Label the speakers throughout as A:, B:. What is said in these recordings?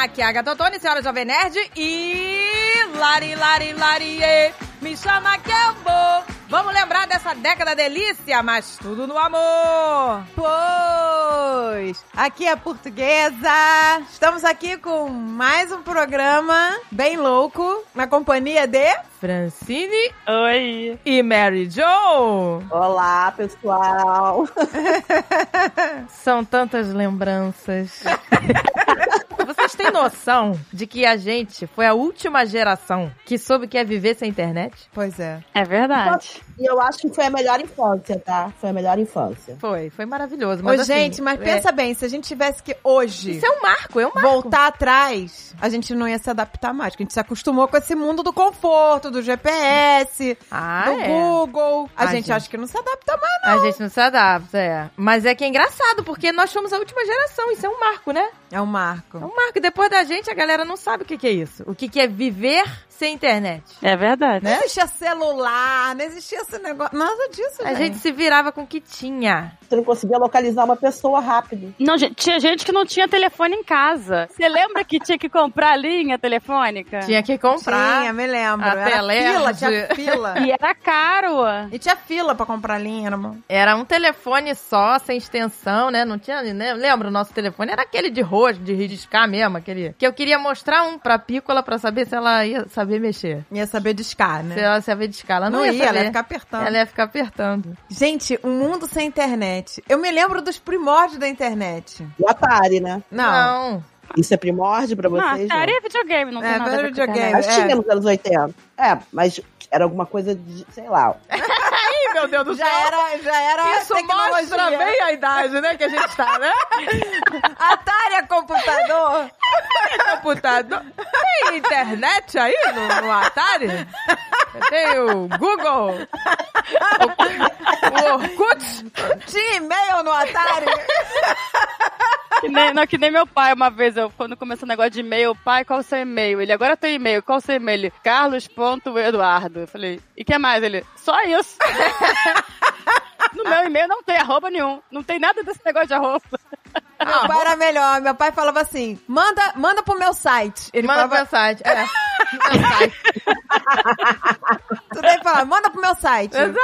A: Aqui é a Agatha Tony, senhora Jovem Nerd e... Lari, lari, lari, ê, me chama que eu vou. Vamos lembrar dessa década delícia, mas tudo no amor.
B: Pois! Aqui é a portuguesa. Estamos aqui com mais um programa bem louco, na companhia de
A: Francine
C: Oi!
A: e Mary Jo.
D: Olá, pessoal.
A: São tantas lembranças. Vocês têm noção de que a gente foi a última geração que soube que é viver sem internet?
B: Pois é.
C: É verdade.
D: E eu acho que foi a melhor infância, tá? Foi a melhor infância.
A: Foi, foi maravilhoso.
B: Ô,
A: Mas, assim,
B: gente, mas
A: é-
B: pensa bem, se a gente tivesse que hoje
A: Isso é um marco, é um marco.
B: voltar atrás, a gente não ia se adaptar mais, porque a gente se acostumou com esse mundo do conforto, do GPS,
A: Ah,
B: do
A: é.
B: Google. A
A: Ah,
B: gente,
A: gente.
B: acha que não se adapta mais.
A: A gente não se adapta, é. Mas é que é engraçado, porque nós fomos a última geração. Isso é um marco, né?
B: É um marco.
A: É um marco. E Depois da gente, a galera não sabe o que, que é isso. O que, que é viver sem internet.
C: É verdade.
B: Não existia celular, não existia esse negócio, nada disso,
A: A gente se virava com o que tinha.
D: Você não conseguia localizar uma pessoa rápido.
C: Não, gente, tinha gente que não tinha telefone em casa. Você lembra que tinha que comprar linha telefônica?
A: É. Tinha que comprar.
B: Tinha, me lembro.
A: a
B: Era
A: Pelé,
B: fila,
A: de-
B: tinha fila.
C: E era caro.
B: E tinha fila pra comprar linha, irmão.
A: Era um telefone só, sem extensão, né? Não tinha. Né? Lembra o nosso telefone? Era aquele de rosto, de riscar mesmo, aquele. Que eu queria mostrar um pra Pícola pra saber se ela ia saber mexer.
B: Ia saber discar, né?
A: Se ela sabia de escala. Não,
B: não ia, ela
A: saber. É,
B: ia ficar apertando.
A: Ela ia ficar apertando.
B: Gente, um mundo sem internet. Eu me lembro dos primórdios da internet.
D: E Atari, né?
B: Não.
A: não.
D: Isso é primórdio pra
C: Não,
D: vocês?
C: Atari é videogame, não
B: É,
C: tem nada a
B: agora
C: ver com
B: é videogame.
C: internet.
D: Mas
B: é.
D: tinha nos anos 80. É, mas era alguma coisa de, sei lá.
A: Ih, meu Deus do
B: Já era, já era
A: Isso
B: tecnologia.
A: mostra bem a idade, né, que a gente tá, né?
B: Atari é computador.
A: Computador. Tem internet aí no, no Atari? Tem o Google, o, o Orkut.
B: tinha e-mail no Atari.
C: Que nem, não, que nem meu pai, uma vez, eu, quando começou o negócio de e-mail, pai, qual o seu e-mail? Ele, agora tem e-mail, qual o seu e-mail? Ele, carlos.eduardo. Eu falei, e que mais? Ele, só isso. no meu e-mail não tem arroba nenhum. Não tem nada desse negócio de arroba.
B: Meu pai era melhor. Meu pai falava assim, manda, manda pro meu site. Ele
A: Manda
B: falava,
A: mensagem. É. Mensagem.
B: tudo ele falava, manda pro meu site.
A: Exato.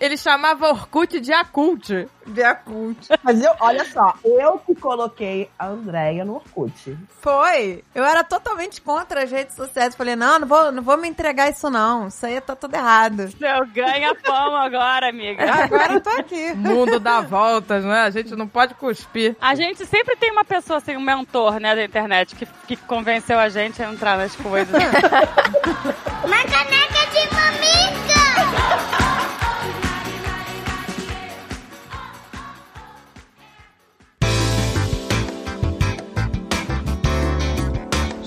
A: Ele chamava Orkut de Acult.
B: Viacult.
D: Mas eu, olha só, eu que coloquei a Andréia no Orkut.
B: Foi. Eu era totalmente contra as redes sociais. Falei, não, não vou, não vou me entregar isso não. Isso aí tá tudo errado.
C: Seu ganha-pão agora, amiga.
B: Agora eu tô aqui.
A: Mundo dá voltas, né? A gente não pode cuspir.
C: A gente sempre tem uma pessoa, assim, um mentor, né, da internet, que, que convenceu a gente a entrar nas coisas.
E: Uma caneca de mamica!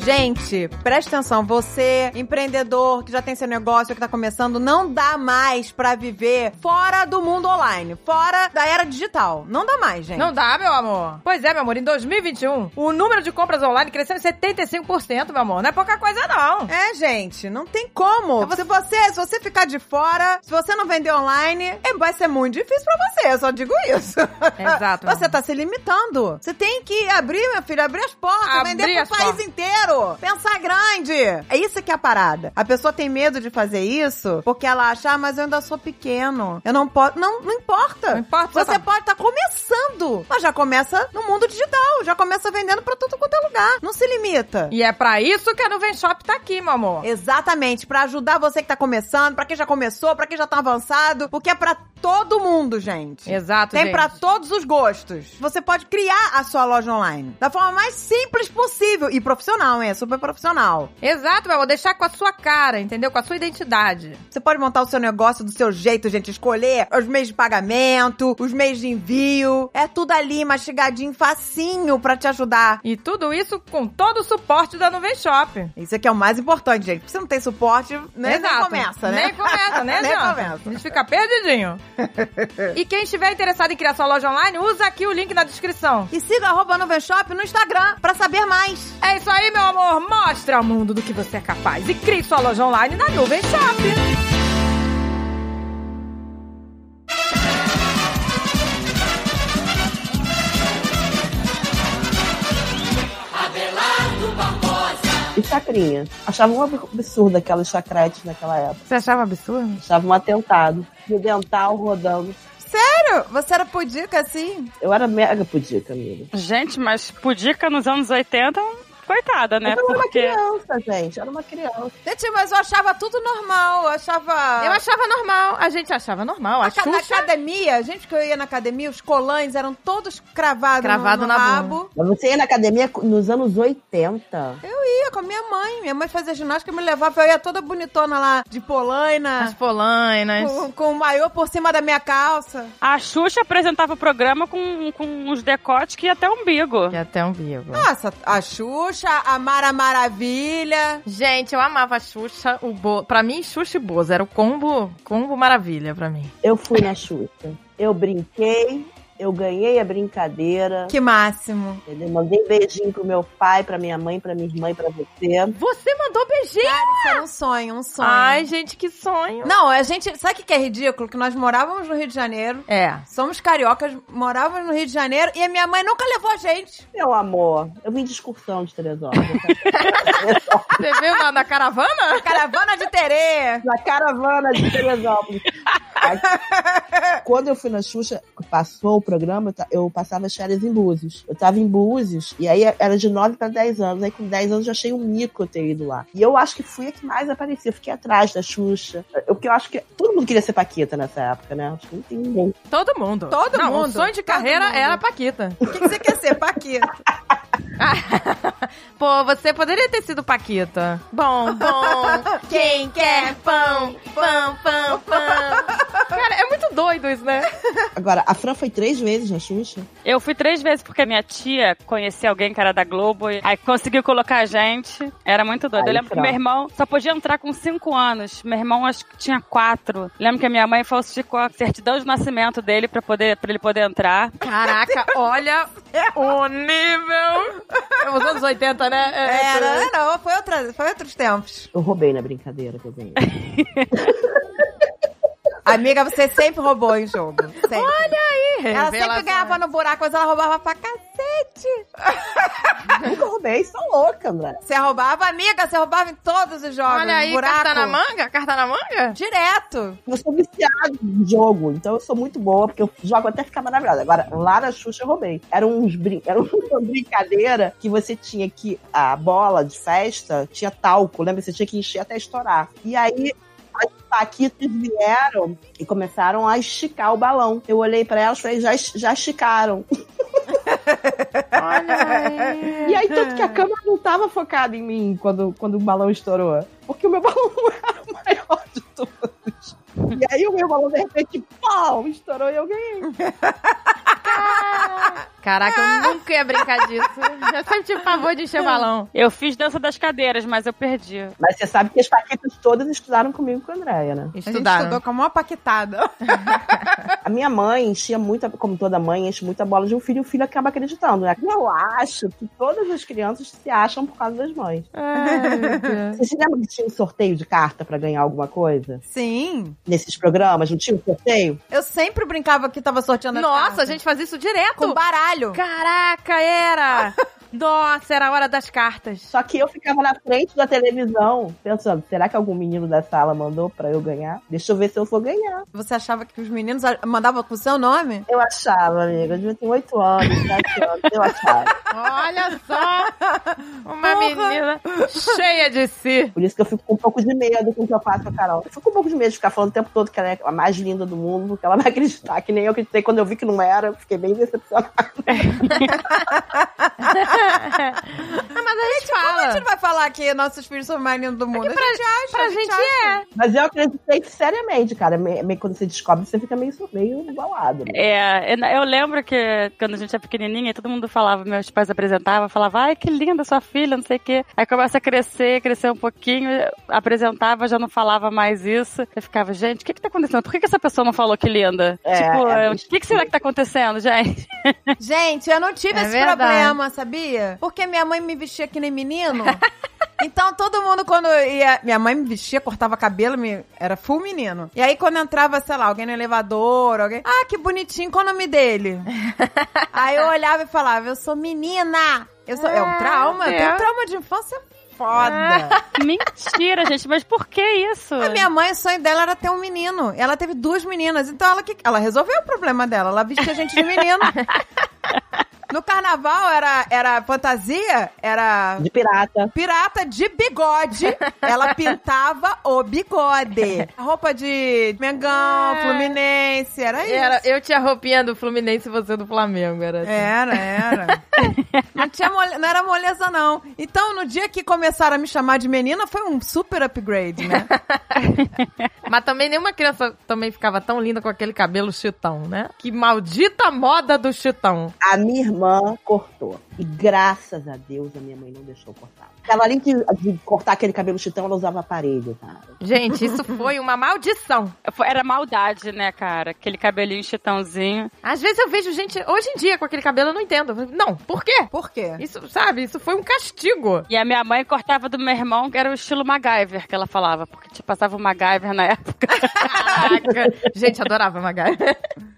B: Gente, preste atenção, você, empreendedor que já tem seu negócio, que tá começando, não dá mais pra viver fora do mundo online, fora da era digital. Não dá mais, gente.
A: Não dá, meu amor. Pois é, meu amor, em 2021, o número de compras online cresceu em 75%, meu amor. Não é pouca coisa, não.
B: É, gente, não tem como. Se você, se você ficar de fora, se você não vender online, é- vai ser muito difícil pra você, eu só digo isso.
A: Exato.
B: Você tá se limitando. Você tem que abrir, meu filho, abrir as portas,
A: Abrir
B: vender pro
A: as
B: país
A: portas.
B: inteiro. Pensar grande. É isso que é a parada. A pessoa tem medo de fazer isso porque ela acha, ah, mas eu ainda sou pequeno. Eu não posso. Não, não importa.
A: Não importa,
B: Você
A: tá.
B: pode estar começando, mas já começa no mundo digital, já começa vendendo pra tudo quanto é lugar. Não se limita.
A: E é pra isso que a Nuvem Shop tá aqui, meu amor.
B: Exatamente, pra ajudar você que tá começando, pra quem já começou, pra quem já tá avançado, porque é pra todo mundo, gente.
A: Exato,
B: Tem
A: gente.
B: pra todos os gostos. Você pode criar a sua loja online da forma mais simples possível e profissional, hein? é Super profissional.
A: Exato, meu amor. Deixar com a sua cara, entendeu? Com a sua identidade.
B: Você pode montar o seu negócio do seu jeito, gente. Escolher os meios de pagamento, os meios de envio. É tudo ali, mastigadinho, facinho pra te ajudar.
A: E tudo isso com todo o suporte da Nuvem Shop.
B: Isso aqui é o mais importante, gente. Porque se não tem suporte, né, nem
A: Exato.
B: começa, né?
A: Nem começa, né,
B: nem
A: adianta.
B: começa.
A: A gente fica perdidinho. e quem estiver interessado em criar sua loja online, usa aqui o link na descrição.
B: E siga arroba Nuvem Shop no Instagram pra saber mais.
A: É isso aí, meu amor. Mostra ao mundo do que você é capaz e crie sua loja online na Nuvem Shop.
E: Adelar,
D: chacrinha. Achava um absurdo aquelas chacretes naquela época.
A: Você achava absurdo?
D: Achava um atentado. E o dental rodando.
B: Sério? Você era pudica assim?
D: Eu era mega pudica, amiga.
C: Gente, mas pudica nos anos 80, coitada, né?
D: Mas Então, eu era uma
C: Porque.
D: criança, gente. Eu era uma criança.
B: Gente, mas eu achava tudo normal. Eu achava.
A: Eu achava normal. A gente achava normal. A
B: Aca- Na
A: Xuxa...
B: academia, gente, que eu ia na academia, os colães eram todos cravados
A: Cravado
B: no, no
A: na
B: rabo.
D: Mas você ia na academia nos anos 80.
B: Eu ia com a minha mãe. Minha mãe fazia ginástica e me levava. Eu ia toda bonitona lá, de
A: As
B: polaina,
A: polainas.
B: com, com o maiô por cima da minha calça.
C: A Xuxa apresentava o programa com, com uns decotes que ia até o umbigo.
A: E até um bigo.
B: Nossa, a Xuxa, a Mara Maravilha.
A: Gente, eu amava a Xuxa, o Bo... Pra mim, Xuxa e Bozo era o combo, combo maravilha pra mim.
D: Eu fui na Xuxa. Eu brinquei. Eu ganhei a brincadeira.
B: Que máximo.
D: Entendeu? Mandei beijinho pro meu pai, pra minha mãe, pra minha irmã e pra você.
A: Você mandou beijinho!
B: Isso era um sonho, um sonho.
A: Ai, gente, que sonho!
B: Não, a gente. Sabe o que que é ridículo? Que nós morávamos no Rio de Janeiro.
A: É.
B: Somos cariocas, morávamos no Rio de Janeiro e a minha mãe nunca levou a gente.
D: Meu amor, eu vim de excursão de Três horas.
A: Você veio na, na caravana?
B: Caravana de Terê.
D: na caravana de Teresópolis. Aí, Quando eu fui na Xuxa, passou o programa, eu ta- eu passava as férias em Búzios. Eu tava em Búzios, e aí era de 9 para 10 anos. Aí com 10 anos já achei um mico eu ter ido lá. E eu acho que fui a que mais aparecia. Eu fiquei atrás da Xuxa. Eu, porque eu acho que todo mundo queria ser Paquita nessa época, né? Acho que não tem ninguém.
A: Todo mundo.
B: Todo
A: Não,
B: mundo.
A: O sonho de
B: Todo
A: carreira
B: mundo.
A: era a Paquita.
B: O que, que você quer ser, Paquita?
A: Pô, você poderia ter sido Paquita. Bom, bom. Quem quer pão, pão, pão, pão. Cara, é muito doido isso, né?
D: Agora, a Fran foi três vezes na Xuxa.
C: Eu fui três vezes porque minha tia conhecia alguém que era da Globo e aí conseguiu colocar a gente. Era muito doido.
D: Aí,
C: eu lembro
D: pronto.
C: que meu irmão só podia entrar com cinco anos. Meu irmão acho que tinha quatro. Lembro que a minha mãe falsificou a certidão de nascimento dele pra poder para ele poder entrar.
A: Caraca, olha o nível. Os anos 80, né? É,
B: Era, não, foi, outra, foi outros tempos.
D: Eu roubei na brincadeira que eu ganhei.
B: Amiga, você sempre roubou em jogo. Sempre.
A: Ih,
B: ela sempre
A: revelações.
B: ganhava no buraco, mas ela roubava pra cacete.
D: Nunca roubei, sou louca, mano.
B: Você roubava, amiga, você roubava em todos os jogos.
A: Olha
B: no
A: aí,
B: buraco.
A: carta na manga? Carta na manga?
B: Direto.
D: Eu sou viciada em jogo, então eu sou muito boa, porque eu jogo até ficar maravilhosa. Agora, lá na Xuxa eu roubei. Era, uns brin... Era uma brincadeira que você tinha que. A bola de festa tinha talco, lembra? Você tinha que encher até estourar. E aí. As paquitas vieram e começaram a esticar o balão. Eu olhei pra elas e falei, já, es- já esticaram.
A: Olha aí.
D: E aí, tanto que a câmera não tava focada em mim quando, quando o balão estourou. Porque o meu balão era o maior de todos. E aí, o meu balão, de repente, pau, estourou e eu ganhei.
A: Caraca, eu nunca ia brincar disso. Eu sempre tive pavor de encher balão.
C: Eu fiz dança das cadeiras, mas eu perdi.
D: Mas você sabe que as paquetas todas estudaram comigo e com a Andréia, né?
B: A gente
A: Estudaram.
B: estudou com a maior paquitada.
D: A minha mãe enchia muita, como toda mãe, enche muita bola de um filho e o filho acaba acreditando, né? Eu acho que todas as crianças se acham por causa das mães.
A: Ai, meu Deus.
D: Vocês se lembram que tinha um sorteio de carta pra ganhar alguma coisa?
B: Sim.
D: Nesses programas, não tinha um sorteio?
B: Eu sempre brincava que tava sorteando as
A: Nossa, a
B: cartas.
A: gente fazia isso direto.
B: Com baralho.
A: Caraca, era. Nossa, era a hora das cartas.
D: Só que eu ficava na frente da televisão, pensando, será que algum menino da sala mandou pra eu ganhar? Deixa eu ver se eu vou ganhar.
B: Você achava que os meninos a- mandavam com o seu nome?
D: Eu achava, amiga, eu devia ter 8 anos, 7 anos, eu achava.
A: Olha só. Uma
B: Porra.
A: menina cheia de si.
D: Por isso que eu fico com um pouco de medo com o que eu faço com a Carol. Eu fico com um pouco de medo de ficar falando o tempo todo que ela é a mais linda do mundo, porque ela vai acreditar, que nem eu acreditei quando eu vi que não era, eu fiquei bem decepcionada.
A: Ah, mas a gente
B: Como é a gente
A: fala. É
B: não vai falar que nossos filhos são mais lindos do mundo? a gente acha,
A: Pra
B: a gente,
A: gente
B: acha.
A: é.
D: Mas eu acreditei seriamente, cara. Me- me- quando você descobre, você fica meio, meio embalado. né?
C: É, eu- eu lembro que quando a gente era pequenininha, todo mundo falava, meus pais apresentavam, falava, ai, que linda sua filha, não sei o quê. Aí começa a crescer, crescer um pouquinho, apresentava, já não falava mais isso. Eu ficava, gente, o que que tá acontecendo? Por que que essa pessoa não falou que linda?
D: É,
C: tipo,
D: é
C: eu- o que que será que tá acontecendo, gente?
B: Gente, eu não tive
A: É
B: esse
A: verdade.
B: problema, sabia? Porque minha mãe me vestia que nem menino. Então todo mundo quando ia. Minha mãe me vestia, cortava cabelo, me... era full menino. E aí quando entrava, sei lá, alguém no elevador, alguém. Ah, que bonitinho, qual o nome dele? aí eu olhava e falava, eu sou menina! Eu sou. É um trauma? Eu
A: É.
B: tenho trauma de infância foda.
C: Mentira, gente, mas por que isso?
B: A minha mãe, o sonho dela era ter um menino. Ela teve duas meninas. Então ela, que- ela resolveu o problema dela. Ela vestia a gente de menino. No carnaval era, era fantasia, era
D: De pirata.
B: pirata de bigode. Ela pintava o bigode. Roupa de Mengão,
A: É.
B: Fluminense, era é isso. É.
A: Era, eu tinha roupinha do Fluminense e você do Flamengo. Era assim.
B: Era, era. não, tinha mole- não era moleza, não. Então, no dia que começaram a me chamar de menina, foi um super upgrade, né?
A: Mas também nenhuma criança também ficava tão linda com aquele cabelo chutão, né? Que maldita moda do chutão.
D: A minha irmã cortou. E graças a Deus a minha mãe não deixou cortar. Ela, além de, de cortar aquele cabelo chitão, ela usava tá? aparelho, cara.
A: Gente, isso foi uma maldição.
C: Foi- Era maldade, né, cara? Aquele cabelinho chitãozinho.
A: Às vezes eu vejo gente, hoje em dia, com aquele cabelo, eu não entendo. Eu falo, Não, por quê?
B: Por quê?
A: Isso, sabe, isso foi um castigo.
C: E a minha mãe cortava do meu irmão, que era o estilo MacGyver que ela falava, porque te passava o MacGyver na época.
A: Caraca. Gente, adorava Magai.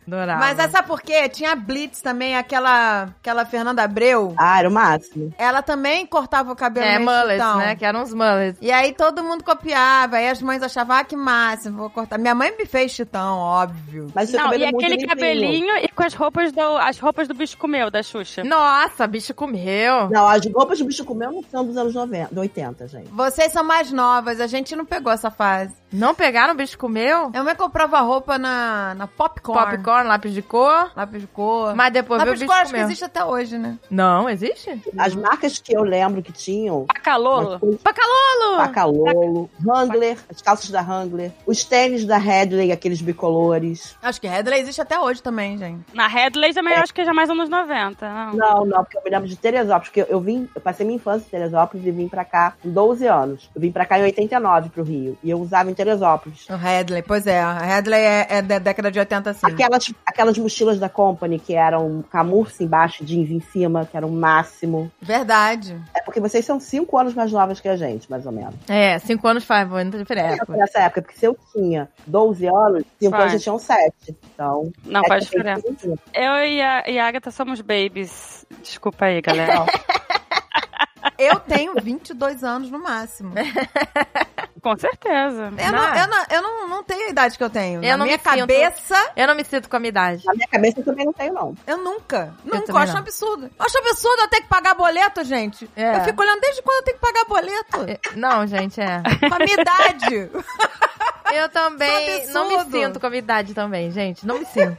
A: Adorava.
B: Mas assim, essa por quê? Tinha a Blitz também, aquela, aquela Fernanda Abreu.
D: Ah, era o máximo.
B: Ela também cortava o cabelo
A: É,
B: meio
A: mullets,
B: chutão.
A: né? Que eram os mullets.
B: E aí todo mundo copiava, aí as mães achavam, ah, que máximo, vou cortar. Minha mãe me fez chitão, óbvio.
D: Mas seu
C: Não,
D: cabelo
C: e
D: é muito
C: aquele
D: limpinho.
C: cabelinho e com as roupas do, as roupas do bicho comeu, da Xuxa.
A: Nossa, bicho comeu.
D: Não, as roupas do bicho comeu não são dos anos 90, do 80, gente.
B: Vocês são mais novas, a gente não pegou essa fase.
A: Não pegaram o bicho comeu?
B: Minha mãe comprava roupa na, na Popcorn.
A: Popcorn, lápis de cor.
B: Lápis de cor.
A: Mas depois viu o
B: Lápis de
A: bicho
B: cor acho que
A: comeu.
B: existe até hoje, né?
A: Não, existe?
D: As marcas que eu lembro que tinham.
C: Pacalolo.
A: Pacalolo!
D: Pacalolo, Wrangler, as calças da Wrangler, os tênis da Hadley, aqueles bicolores.
B: Acho que Redley existe até hoje também, gente.
C: Na Headley também eu acho que é já mais anos 90. Não.
D: Não, não, porque eu me lembro de Teresópolis, porque eu, eu vim, eu passei minha infância em Teresópolis e vim pra cá com 12 anos. Eu vim pra cá em 89 pro Rio, e eu usava em Teresópolis.
B: O Redley, pois é. A Redley é, é da década de 80, sim.
D: Aquelas, aquelas mochilas da Company que eram camurça embaixo, jeans em cima, que era o máximo.
B: Verdade.
D: É porque vocês são cinco anos mais novas que a gente, mais ou menos.
A: É, cinco anos faz muita diferença.
D: Nessa época, porque se eu tinha 12 anos, cinco
C: Faz.
D: anos já tinham sete. Então.
C: Não
D: sete
C: faz
D: fez
C: diferença.
D: sentido.
C: Eu e a, e a Agatha somos babies. Desculpa aí, galera.
B: Eu tenho 22 anos no máximo.
C: Com certeza.
B: Eu, não,
A: Não.
B: eu, não, eu não, não tenho a idade que eu tenho.
A: Eu
B: Na
A: não
B: minha
A: me sinto.
B: cabeça,
A: Eu não me sinto com a minha idade.
D: Na minha cabeça eu também não tenho, não.
B: eu nunca. Nunca. Eu
A: também
B: acho um
A: não.
B: absurdo. Eu acho um absurdo eu ter que pagar boleto, gente.
A: É.
B: Eu fico olhando desde quando eu tenho que pagar boleto.
A: É, Não, gente, é.
B: Com a minha idade.
A: Eu também
B: Isso é um
A: não me
B: absurdo.
A: sinto com a minha idade também, gente. Não me sinto.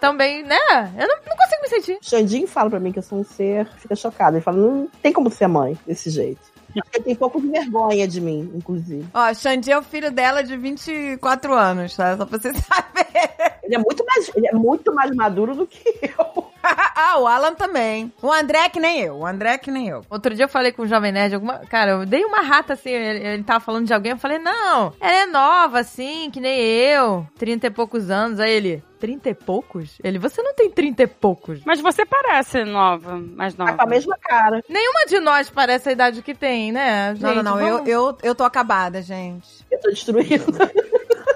A: também, né? Eu não, não consigo me sentir.
D: O Xandinho fala pra mim que eu sou um ser, fica chocado. Ele fala, não tem como ser mãe desse jeito. Acho que ele tem pouco de vergonha de mim, inclusive.
B: Ó, Xandi é o filho dela de 24 anos, tá? Só pra vocês saberem.
D: Ele é muito mais, ele é muito mais maduro do que eu.
B: ah, o Alan também. O André que nem eu. O André que nem eu.
A: Outro dia eu falei com o Jovem Nerd, alguma... cara, eu dei uma rata assim, ele, ele tava falando de alguém, eu falei, não, ela é nova assim, que nem eu, trinta e poucos anos. Aí ele, trinta e poucos? Ele, você não tem trinta e poucos.
C: Mas você parece nova, mais
D: Tá com a
C: nova.
D: mesma cara.
A: Nenhuma de nós parece a idade que tem, né? Gente,
B: não, não, não. Eu,
A: vamos-
B: eu, eu tô acabada, gente.
D: Eu tô destruindo.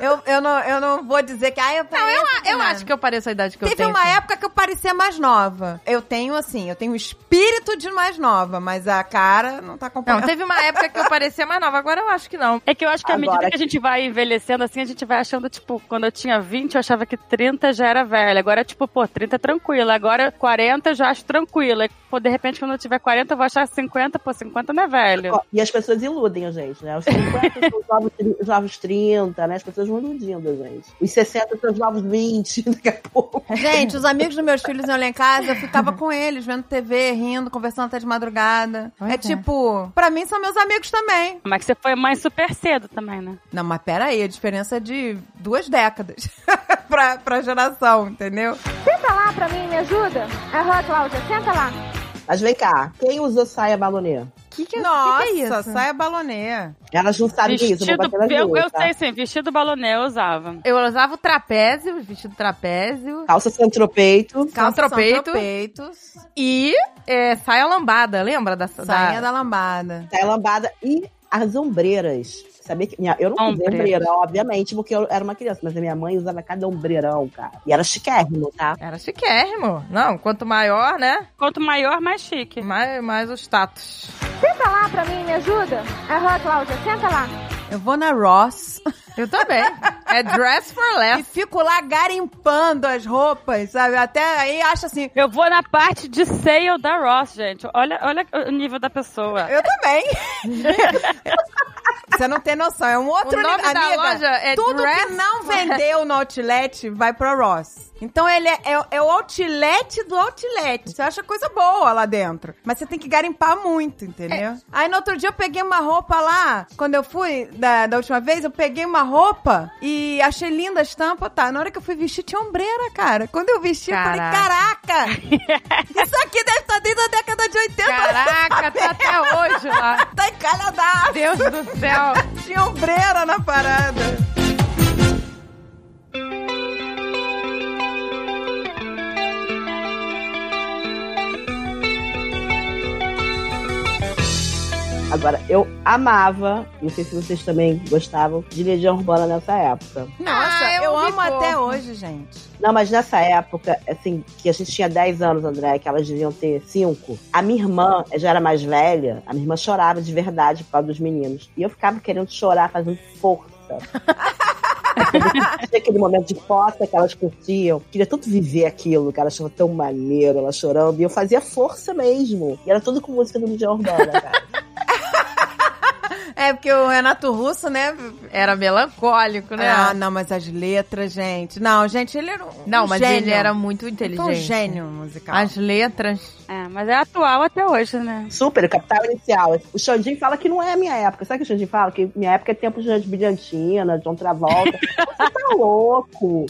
B: Eu, eu, não, eu não vou dizer que. Ah, eu não, eu,
A: Eu acho que eu pareço a idade que eu
B: Teve
A: tenho.
B: uma
A: assim.
B: época que eu parecia mais nova. Eu tenho, assim, eu tenho o espírito de mais nova, mas a cara não
A: Não,
B: tá acompanhando.
A: teve uma época que eu parecia mais nova, agora eu acho que não.
C: É que eu acho que à medida
D: Agora-
C: que a gente vai envelhecendo, assim, a gente vai achando, tipo, quando eu tinha 20, eu achava que 30 já era velha. Agora, tipo, pô, 30 é tranquila. Agora, 40 eu já acho tranquila. E, Pô, de repente, quando eu tiver 40, eu vou achar 50. Pô, 50 não é velho.
D: Ó, E as pessoas iludem a gente, né? Os 50 são os novos, tri- os novos 30, né? As pessoas vão iludindo a gente. Os 60 são os novos 20, daqui a pouco.
B: Gente, os amigos dos meus filhos iam lá em casa, eu ficava com eles, vendo TV, rindo, conversando até de madrugada.
A: Pois
B: é,
A: é.
B: tipo, pra mim são meus amigos também.
C: Mas é você foi mãe super cedo também, né?
B: Não, mas peraí, a diferença é de duas décadas pra, pra geração, entendeu?
F: Senta lá pra mim, me ajuda. Aham, Cláudia, senta lá.
D: Mas vem cá, quem usou saia balonê?
A: Que que,
B: Nossa,
A: que que é isso?
B: saia balonê.
D: Elas não sabem disso, eu Ah, vou
C: Vestido,
D: bater nas
C: eu,
D: duas,
C: eu
D: tá?
C: sei sim, vestido balonê eu usava.
A: Eu usava o trapézio, o vestido trapézio.
D: Calça sem tropeito.
B: Calça
A: São tropeito.
B: tropeitos.
A: E é, saia lambada, lembra da
B: Sainha da lambada.
D: Saia lambada tá? e as ombreiras. Sabia que minha, eu não usei
C: Ombreiras.
D: ombreira, obviamente, porque eu era uma criança, mas a minha mãe usava cada ombreirão, cara. E era chiquérrimo, tá?
A: Era chiquérrimo. Não, quanto maior, né?
C: Quanto maior, mais chique.
A: Mais, mais o status.
G: Senta lá pra mim, me ajuda. Aham, Cláudia, senta lá.
B: Eu vou na Ross
A: Eu também. É dress for
B: e
A: less.
B: fico lá garimpando as roupas, sabe? Até aí acho assim.
C: Eu vou na parte de sale da Ross, gente. Olha, olha o nível da pessoa.
B: Eu também. Você não tem noção, é um outro
A: O nome
B: nível.
A: da
B: Amiga,
A: loja é
B: tudo que
A: Dress
B: não vendeu no outlet vai pro Ross. Então ele é, é- é o outlet do outlet. Você acha coisa boa lá dentro. Mas você tem que garimpar muito, entendeu?
A: É.
B: Aí no outro dia eu peguei uma roupa lá. Quando eu fui da, da última vez, eu peguei uma roupa e achei linda a estampa. Tá, na hora que eu fui vestir, tinha ombreira, cara. Quando eu vesti, eu falei: caraca! isso aqui deve estar desde a década de 80.
A: Caraca, tá até hoje lá.
B: Tá encalhadado!
A: Deus do céu.
B: Tinha ombreira na parada.
D: Agora, eu amava, não sei se vocês também gostavam, de Legião Urbana nessa época.
B: Nossa,
A: Ah,
B: eu,
A: eu ouvi
B: amo até
A: pouco.
B: hoje, gente.
D: Não, mas nessa época, assim, que a gente tinha 10 anos, André, que elas deviam ter 5, a minha irmã já era mais velha, a minha irmã chorava de verdade por causa dos meninos. E eu ficava querendo chorar, fazendo força. Tinha aquele momento de fossa que elas curtiam. Queria tanto viver aquilo, que ela achava tão maneiro, ela chorando. E eu fazia força mesmo. E era tudo com música do Legião Urbana, cara.
B: É, porque o Renato Russo, né?
A: Era melancólico, né?
B: Ah, não, mas as letras, gente. Não, gente, ele era um.
A: não,
B: um
A: mas
B: gênio.
A: ele era muito
B: Ele
A: inteligente.
B: foi um gênio musical.
A: As letras.
C: É, mas é atual até hoje, né?
D: Super, capital inicial. O Xandinho fala que não é a minha época. Sabe o que o Xandinho fala? Que minha época é tempo de brilhantina, John Travolta. Você tá louco.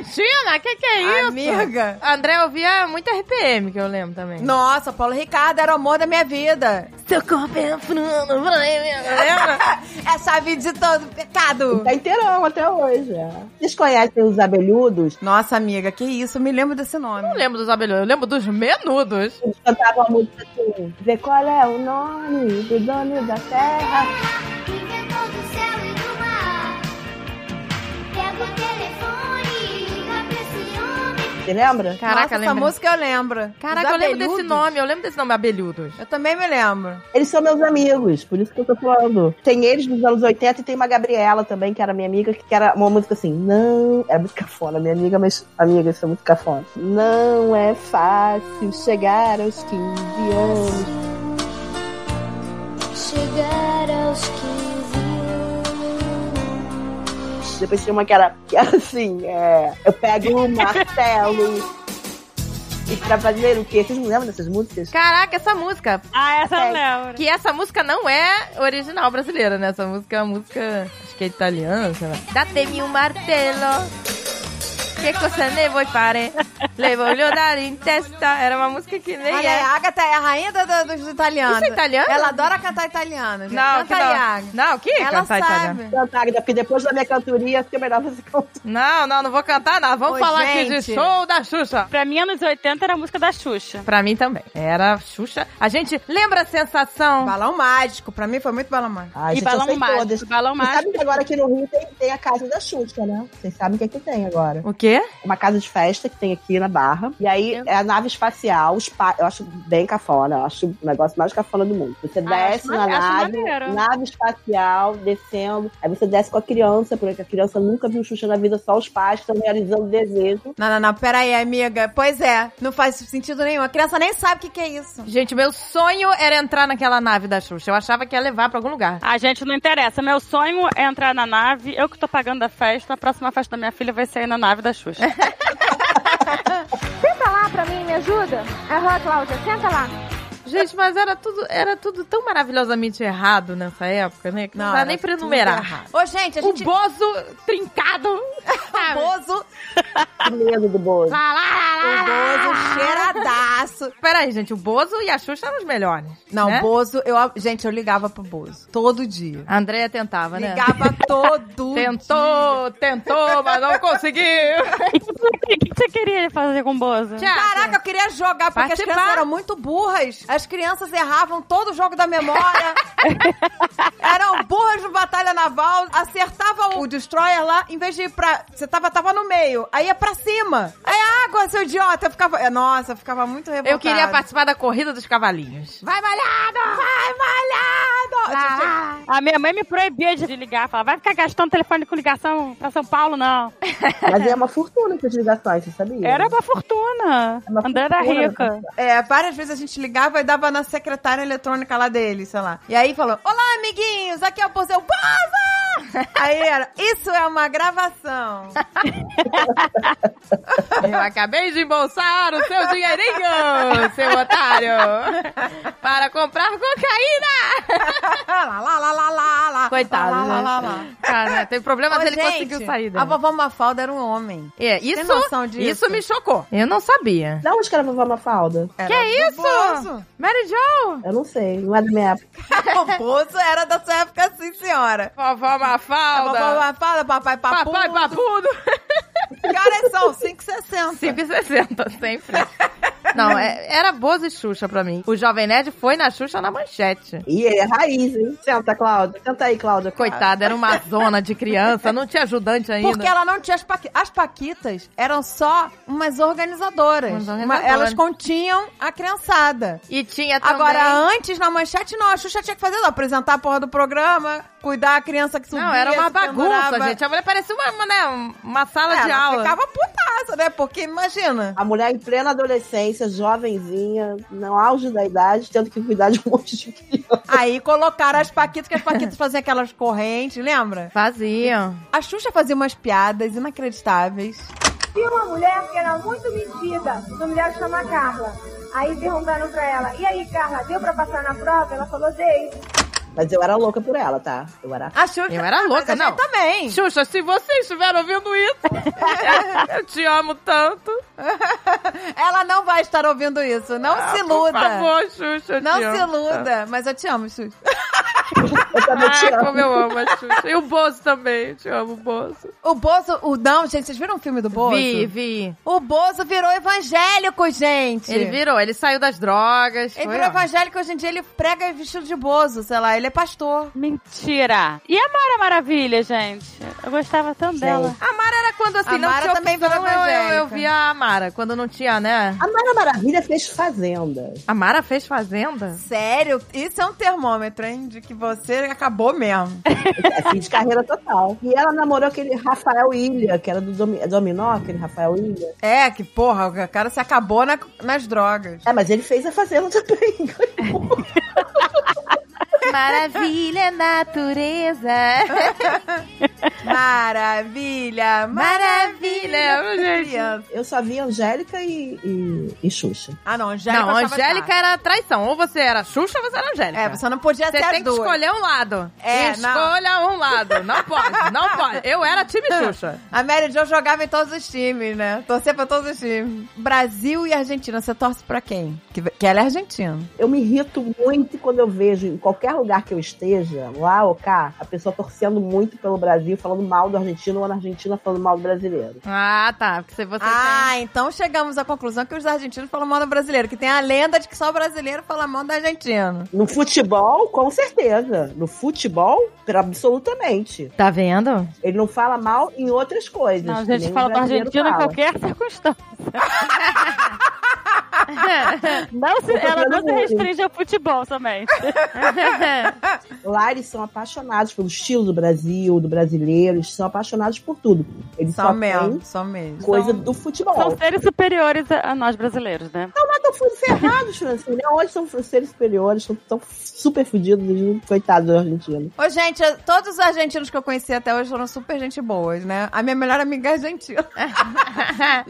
A: Antina, que que é isso?
B: Amiga.
A: André ouvia muito RPM, que eu lembro também.
B: Nossa, Paulo Ricardo era o amor da minha vida.
A: Seu corpo é fruto, lembra?
B: Essa vida de todo pecado.
D: Tá inteirão até hoje. é. Vocês conhecem os abelhudos?
B: Nossa, amiga, que isso, eu me lembro desse nome.
A: Eu não lembro dos abelhudos, eu lembro dos menudos.
D: Eles cantavam a música assim: Vê qual é o nome do dono da terra.
H: Inventou do céu e do mar. Pega o telefone e liga pra esse homem.
D: Você lembra?
A: Caraca,
B: Nossa, essa
A: lembra?
B: música eu lembro.
A: Caraca,
B: Os
A: eu lembro desse
B: Abelhudos.
A: nome, eu lembro desse nome, abelhudos.
B: Eu também me lembro.
D: Eles são meus amigos, por isso que eu tô falando. Tem eles dos anos 80 e tem uma Gabriela também, que era minha amiga, que era uma música assim, não. Era muito cafona, minha amiga, mas amiga, isso é muito cafona. Não é fácil chegar aos 15 anos.
H: Chegar aos 15 anos.
D: Depois tinha uma que era, que era assim, é, eu pego o martelo. E pra fazer o quê? Vocês não lembram dessas músicas?
A: Caraca, essa música.
C: Ah, essa
D: eu
C: eu lembro.
A: Que essa música não é original brasileira, né? Essa música é uma música, acho que é italiana, sei lá. Datemi un martello, que cosa ne vuoi fare? Le voglio dare in testa. Era uma música que nem
B: Olha,
A: é.
B: a Agatha é a rainha da- da- dos italianos.
A: Isso é italiano?
B: Ela adora cantar italiano. Gente.
A: Não, que
B: Canta aí,
A: não.
B: Agatha.
A: Não, que
B: Ela
A: cantar italiano?
B: sabe.
D: Cantar, Agatha, porque depois da minha cantoria fica melhor você cantar.
A: Não, não, não vou cantar, não. Vamos
B: Ô,
A: falar aqui
B: gente.
A: de show da Xuxa.
C: Pra mim, anos 80 era a música da Xuxa.
A: Pra mim também. Era Xuxa. A gente lembra a sensação.
B: Balão mágico. Pra mim foi muito balão mágico.
D: Ai,
C: E Balão
D: eu sei
C: Mágico, Balão
D: Vocês sabem
C: Mágico.
D: que agora aqui no Rio tem, tem a casa da Xuxa, né? Vocês sabem o que é que tem agora.
A: O quê?
D: Uma casa de festa que tem aqui na Barra. E aí é a nave espacial, os pa... eu acho bem cafona, eu acho o negócio mais cafona do mundo. Você desce
C: Ah,
D: na
C: acho mane- acho
D: nave,
C: maneiro.
D: nave espacial, descendo. Aí você desce com a criança, porque a criança nunca viu Xuxa na vida, só os pais estão realizando o desejo.
B: Não, não, não, peraí, amiga. Pois é, não faz sentido nenhum. A criança nem sabe o que, que é isso.
A: Gente, meu sonho era entrar naquela nave da Xuxa. Eu achava que ia levar pra algum lugar.
C: A gente não interessa. Meu sonho é entrar na nave. Eu que tô pagando a festa. A próxima festa da minha filha vai ser na nave da Xuxa.
G: Senta lá pra mim, me ajuda. Aham, Cláudia, senta lá.
A: Gente, mas era tudo, era tudo tão maravilhosamente errado nessa época, né? Que não, dá
B: era
A: nem pra
B: tudo
A: enumerar.
B: errado. Ô, gente, a gente... Ah,
A: O Bozo trincado.
B: O Bozo,
D: Que medo do Bozo.
A: Lá,
C: Ah,
A: lá, lá,
B: o
A: lá, lá.
B: Bozo cheiradaço.
A: Peraí, gente, o Bozo e a Xuxa eram os melhores.
B: Não,
A: né?
B: Bozo, eu, gente, eu ligava pro Bozo. Todo dia.
A: A Andrea tentava, né?
B: Ligava todo dia.
A: Tentou, tentou, mas não conseguiu.
C: O que que você queria fazer com o Bozo?
B: Caraca, eu queria jogar, porque as
A: Participar.
B: crianças eram muito burras. As crianças erravam todo o jogo da memória. eram burras no Batalha Naval. Acertava o Destroyer lá, em vez de ir pra... Você tava, tava no meio. Aí ia pra cima. Aí água, seu idiota. Eu ficava... Nossa, eu ficava tava muito revoltada.
A: Eu queria participar da corrida dos cavalinhos.
B: Vai malhado! Vai malhado! Tipo,
C: A minha mãe me proibia de ligar. Falava, vai ficar gastando telefone com ligação pra São Paulo, não.
D: Mas é uma fortuna essas ligações, você sabia?
C: Era uma É fortuna.
D: Uma
C: André era
D: fortuna.
C: rica.
B: É, várias vezes a gente ligava e dava na secretária eletrônica lá dele, sei lá. E aí falou: Olá, amiguinhos, aqui é o Poseu Baza! Aí era, isso é uma gravação.
A: Eu acabei de embolsar o seu dinheirinho, seu otário, para comprar cocaína!
B: lá, lá, lá, lá, lá, lá.
A: Coitado,
B: Lá, lá,
A: né?
B: lá, lá, lá.
A: Cara, tem problema, mas
B: Ô,
A: ele
B: gente,
A: conseguiu sair
B: A
A: dela.
B: vovó Mafalda era um homem.
A: É,
B: Tem
A: isso,
B: noção disso?
A: isso me chocou. Eu não sabia.
D: Da onde que era a vovó Mafalda?
B: Era
A: Que é
B: boboso.
A: Mary Jo!
D: Eu não sei, não é da minha época.
B: Boboso era da sua época, sim, senhora.
A: Vovó
B: A É, vovó
A: Mafalda!
B: Mafalda, papai papu.
A: Papai Papudo!
B: Caras são 5,60.
A: 5,60, sempre. Não, é- era Bozo e Xuxa pra mim. O Jovem Nerd foi na Xuxa na manchete.
D: E é raiz, hein? Senta, Cláudia. Senta aí, Cláudia.
A: Coitada, era uma zona de criança, não tinha ajudante ainda.
B: Porque ela não tinha as paquitas. As paquitas eram só umas organizadoras.
A: Umas
B: Uma-
A: organizadoras.
B: elas continham a criançada.
A: E tinha também...
B: Agora, antes, na manchete, não. A Xuxa tinha que fazer, ó, apresentar a porra do programa, cuidar a criança que subia.
A: Não, era uma
B: se
A: bagunça,
B: pendurava.
A: gente. A mulher parecia uma, uma, né, uma sala
B: Ela
A: de aula.
B: ficava putaça, né? Porque, imagina.
D: A mulher em plena adolescência, jovenzinha, no auge da idade, tendo que cuidar de um monte de criança.
B: Aí colocaram as paquitas, que as paquitas faziam aquelas correntes, lembra?
A: Faziam.
B: A Xuxa fazia umas piadas inacreditáveis.
I: Tinha uma mulher que era muito metida, o nome dela chama Carla. Aí perguntaram pra ela, e aí Carla, deu pra passar na prova? Ela falou, dei.
D: Mas eu era louca por ela, tá? Eu era.
B: A Xuxa...
A: Eu era louca,
B: Mas a
A: não.
B: gente também.
A: Xuxa, se vocês estiver ouvindo isso, eu te amo tanto.
B: Ela não vai estar ouvindo isso. Não
A: Ah,
B: se iluda.
A: Por favor, Xuxa, eu
B: Não
A: te
B: se
A: amo tanto.
B: iluda, mas eu te amo, Xuxa.
D: Eu também te
A: Ah,
D: amo.
A: como eu amo a Xuxa. E o Bozo também, eu te amo, Bozo.
B: O Bozo, o não, gente, vocês viram o filme do Bozo?
A: Vi, vi.
B: O Bozo virou evangélico, gente.
A: Ele virou, ele saiu das drogas.
B: Ele
A: foi,
B: virou
A: ó.
B: evangélico, hoje em dia ele prega vestido de Bozo, sei lá, ele é pastor.
C: Mentira. E a Mara Maravilha, gente? Eu gostava tanto dela.
A: A Mara era quando assim,
B: A
A: não
B: Mara
A: tinha
B: também
A: opção,
B: virou
A: eu, eu, eu
B: evangélica.
A: via a Mara, quando não tinha, né?
D: A Mara Maravilha fez Fazenda.
A: A Mara fez Fazenda?
B: Sério? Isso é um termômetro, hein? De que você acabou mesmo.
D: É fim de carreira total. E ela namorou aquele Rafael Ilha, que era do Domi- é Dominó, aquele Rafael Ilha.
B: É, que porra, o cara se acabou na- nas drogas.
D: É, mas ele fez a Fazenda também.
B: é
A: Maravilha, natureza.
B: Maravilha, maravilha.
A: Maravilha, gente.
B: criança.
D: Eu só vi Angélica e, e, e Xuxa.
B: Ah, não, Angélica.
A: Não,
B: eu achava
A: Angélica
B: chato.
A: era traição. Ou você era Xuxa ou você era Angélica.
B: É, você não podia
A: Você
B: ser as
A: tem que
B: duas.
A: escolher um lado.
B: É,
A: Escolha um lado. Não pode, não pode. Eu era time Xuxa.
B: A Mary Jo jogava em todos os times, né? Torcia pra todos os times. Brasil e Argentina, você torce pra quem? Que, que ela é argentina.
D: Eu me irrito muito quando eu vejo em qualquer lugar que eu esteja, lá ou cá, a pessoa torcendo muito pelo Brasil, falando mal do argentino ou na Argentina falando mal do brasileiro.
A: Ah, tá. Porque se você
B: ah, então chegamos à conclusão que os argentinos falam mal do brasileiro, que tem a lenda de que só o brasileiro fala mal do argentino.
D: No futebol, com certeza. No futebol, absolutamente.
A: tem... Tá vendo?
D: Ele não fala mal em outras coisas.
C: Não, a
D: que
C: gente
D: nem o
C: fala do
D: brasileiro
C: argentino em
D: fala.
C: qualquer circunstância. Não se- ela não se restringe ao futebol somente.
D: Lá eles são apaixonados pelo estilo do Brasil, do brasileiro, eles são apaixonados por tudo. Eles só,
B: Só
D: têm
B: mesmo, só mesmo.
D: é coisa
C: São-
D: do futebol.
C: São seres superiores a a nós brasileiros, né?
D: Não, mas estão fundo ferrados, Francine. né? Hoje são seres superiores, estão tão super fudidos, eles- coitados do argentino.
B: Ô, gente, eu- todos os argentinos que eu conheci até hoje foram super gente boas, né? A minha melhor amiga é argentina.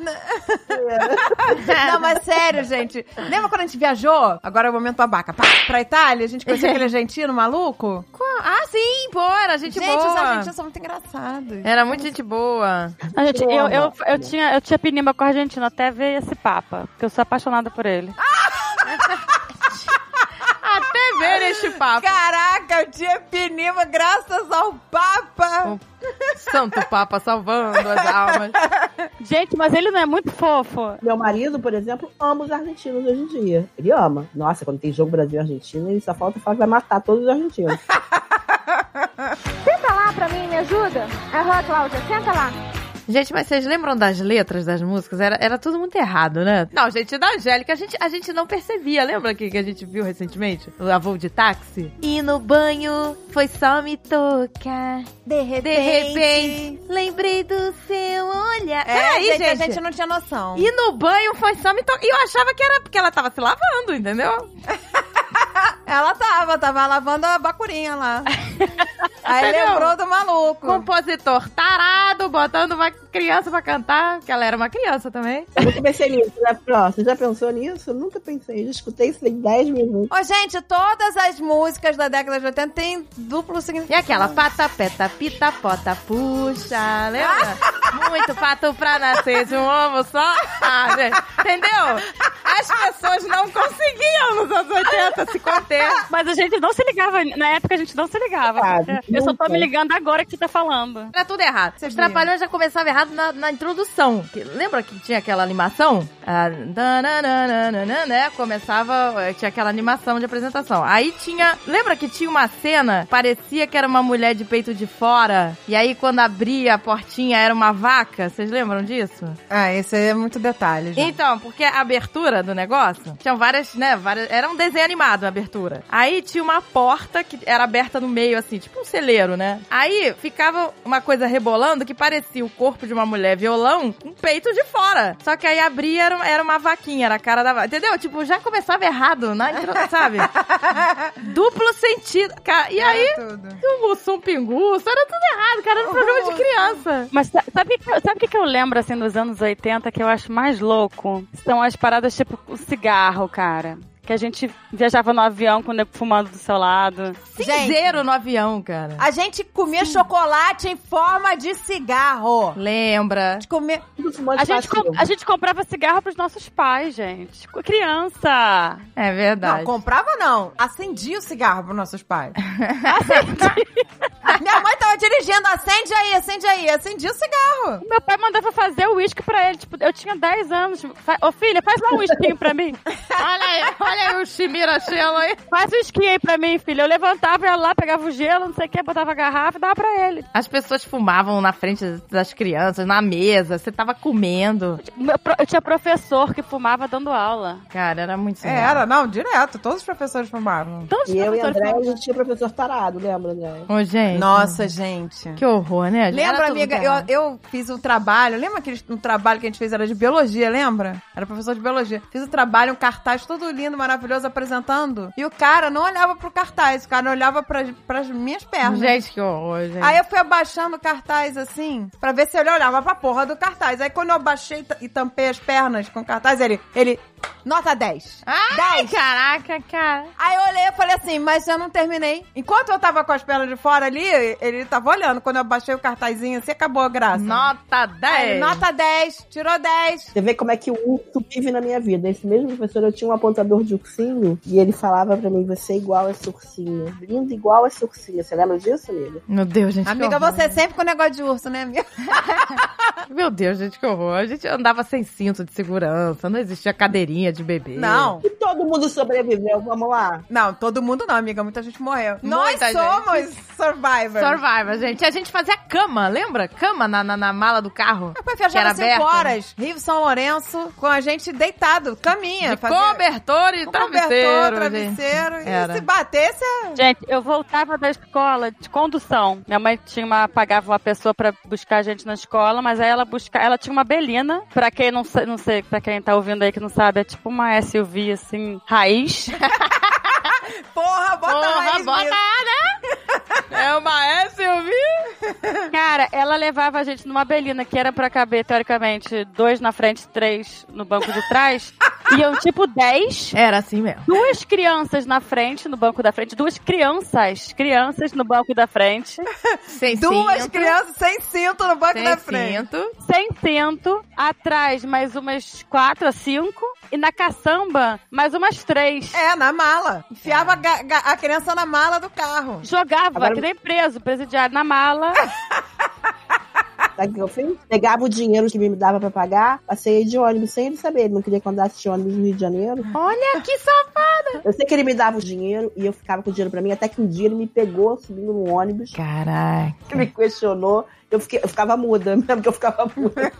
B: Não, mas sério, gente. Lembra quando a gente viajou? Agora é o momento babaca. Pra, pra Itália, a gente conheceu aquele argentino maluco?
A: Ah, sim, pô, era gente,
B: gente, é os
A: boa.
B: argentinos são muito engraçados.
A: Era muito gente boa.
C: Não, gente, eu,
D: Boa,
C: eu,
D: boa.
C: eu, tinha, eu tinha pinimba com o argentino até ver esse papa, porque eu sou apaixonada por ele.
D: Ah,
A: Até ver este papo.
B: Caraca, eu tinha pinima graças ao Papa!
A: O Santo Papa salvando as almas.
C: Gente, mas ele não é muito fofo.
D: Meu marido, por exemplo, ama os argentinos hoje em dia. Ele ama. Nossa, quando tem jogo Brasil e Argentina, ele só falta falar que vai matar todos os argentinos.
I: Senta lá pra mim, me ajuda. Aham, Cláudia, senta lá.
A: Gente, mas vocês lembram das letras das músicas? Era, era tudo muito errado, né? Não, gente, da Angélica, a gente, a gente não percebia. Lembra que, que a gente viu recentemente? O avô de táxi? E no banho foi só me tocar.
B: De
A: De repente, lembrei do seu olhar.
B: É,
A: Peraí,
B: gente,
A: gente.
B: a gente não tinha noção.
A: E no banho foi só me tocar. E eu achava que era porque ela tava se lavando, entendeu?
B: Ela tava, tava lavando a bacurinha lá. Aí
A: Entendeu?
B: lembrou do maluco.
A: Compositor tarado, botando uma criança pra cantar, que ela era uma criança também.
D: Eu nunca pensei nisso, né, Pró? Você já pensou nisso? Eu nunca pensei. Eu já escutei isso em 10 minutos.
B: Ô, gente, todas as músicas da década de 80 têm duplo
A: E
B: significado.
A: aquela pata, peta, pita, pota, puxa, lembra? Muito pato pra nascer de um ovo só. Ah, gente, entendeu? As pessoas não conseguiam nos anos 80 se conter.
C: É,
D: Ah!
C: Mas a gente não se ligava, na época a gente não se ligava.
D: Sabe,
C: eu só tô
D: nunca.
C: me ligando agora que tu tá falando.
A: Era tudo errado. Os
B: viu?
A: Trapalhões já começavam errado na, na introdução. Que- lembra que tinha aquela animação? Ah, dananananana, né? Começava, eh, tinha aquela animação de apresentação. Aí tinha. Lembra que tinha uma cena? Parecia que era uma mulher de peito de fora. E aí, quando abria a portinha, era uma vaca. Vocês lembram disso?
B: Ah, esse é muito detalhe, gente.
A: Então, porque a abertura do negócio tinham várias, né? Várias, era um desenho animado a abertura. Aí tinha uma porta que era aberta no meio, assim, tipo um celeiro, né? Aí ficava uma coisa rebolando que parecia o corpo de uma mulher violão com o peito de fora. Só que aí abria, era, era uma vaquinha, era a cara da vaca. Entendeu? Tipo, já começava errado na introdução, sabe? Duplo sentido. Cara, e aí,
B: Tudo.
A: o Mussum Pingu, isso era tudo errado, cara. Era um programa de criança.
C: Mas sa- sabe o que, sabe o que que eu lembro, assim, dos anos 80 que eu acho mais louco? São as paradas tipo o cigarro, cara. Que a gente viajava no avião com o nego fumando do seu lado.
A: Cinzeiro no avião, cara.
B: A gente comia chocolate em forma de cigarro. A
A: Lembra?
B: gente comia...
D: Tudo fumante
C: A gente, com-
D: passivo.
C: a gente comprava cigarro pros nossos pais, gente. Co- Criança.
A: É verdade.
B: Não, comprava não. Acendia o cigarro pros nossos pais. Acendia. Minha mãe tava dirigindo, acende aí, acende aí. Acendia o cigarro.
C: Meu pai mandava fazer o uísque pra ele. Tipo, eu tinha 10 anos. Fa- Ô, filha, faz lá um uísquinho pra mim.
A: Olha aí, olha aí o Shimira Shelo aí.
C: Faz um uísquinho aí pra mim, filha. Eu levantava, ia lá, pegava o gelo, não sei o que, botava a garrafa e dava pra ele.
A: As pessoas fumavam na frente das crianças, na mesa, você tava comendo.
C: Meu pro- Eu tinha professor que fumava dando aula.
A: Cara, era muito
B: É, era, não, direto. Todos os professores fumavam.
C: Todos Então, os
D: E eu e
C: professores
D: André, a
C: fumavam.
D: gente tinha professor tarado, lembra, né? André?
A: Ô, gente.
B: Nossa, gente.
A: Que horror, né?
B: Lembra,
A: Era tudo
B: amiga?
A: muito
B: Eu,
A: errado.
B: eu fiz um trabalho. Lembra aquele um trabalho que a gente fez? Era de biologia, lembra? Era professor de biologia. Fiz um trabalho, um cartaz todo lindo, maravilhoso, apresentando. E o cara não olhava pro cartaz, o cara olhava pras, pras minhas pernas.
A: Gente, que horror, gente.
B: Aí eu fui abaixando o cartaz assim, pra ver se ele olhava pra porra do cartaz. Aí quando eu abaixei e tampei as pernas com o cartaz, ele, ele, nota 10.
A: Ai,
B: 10.
A: caraca, cara.
B: Aí eu olhei e falei assim, mas eu não terminei. Enquanto eu tava com as pernas de fora ali, ele tava olhando. Quando eu abaixei o cartazinho assim, acabou a graça.
A: Nota
B: Aí
A: 10.
B: ele, nota 10, tirou 10.
D: Você vê como é que o urso vive na minha vida. Esse mesmo professor, eu tinha um apontador de ursinho e ele falava pra mim, você é igual a esse ursinho. Lindo igual a esse ursinho. Você lembra disso, amiga?
A: Meu Deus, gente. que
B: Amiga,
A: horror.
B: você sempre com negócio de urso, né, amiga?
A: Meu Deus, gente, que horror. A gente andava sem cinto de segurança, não existia cadeirinha de bebê.
B: Não.
D: E todo mundo sobreviveu, vamos lá.
B: Não, todo mundo não, amiga. Muita gente morreu. Nós
A: Muita
B: somos survivors.
A: Survivor, gente. A gente fazia cama, lembra? Cama na, na, na mala do carro.
B: Meu pai
A: Que era
B: viajava 5
A: aberta.
B: horas, Rio São Lourenço, com a gente deitado, caminha.
A: De cobertor e
B: com
A: travesseiro, gente.
B: travesseiro.
A: Era.
B: E se batesse,
C: Gente, eu voltava da escola de condução. Minha mãe tinha uma, pagava uma pessoa pra buscar a gente na escola, mas aí ela busca, ela tinha uma Belina. Pra quem não sa- não sei, para quem tá ouvindo aí que não sabe, é tipo uma SUV assim, raiz.
B: porra, bota
A: Porra,
B: mais
A: bota,
B: nisso.
A: né? É uma SUV.
C: Cara, ela levava a gente numa Belina que era pra caber teoricamente dois na frente, três no banco de trás, e eu tipo dez.
A: Era assim mesmo.
C: Duas crianças na frente, no banco da frente. Duas crianças. Crianças no banco da frente.
A: Sem
B: Duas
A: cinto,
B: crianças sem cinto no banco
A: sem
B: da frente.
A: cinto.
C: sem cinto, atrás mais umas quatro a cinco, e na caçamba mais umas três.
B: É, na mala. Enfiava ga- ga- a criança na mala do carro.
C: Jogava,
D: Agora-
C: que nem preso, presidiário na mala.
D: Sabe o que eu fiz? Pegava o dinheiro que me dava pra pagar, passei de ônibus sem ele saber. Ele não queria que eu andasse de ônibus no Rio de Janeiro.
A: Olha que safado.
D: Eu sei que ele me dava o dinheiro e eu ficava com o dinheiro pra mim, até que um dia ele me pegou subindo no ônibus,
A: Caraca.
D: que me questionou. Eu, fiquei- eu ficava muda, mesmo que eu ficava muda.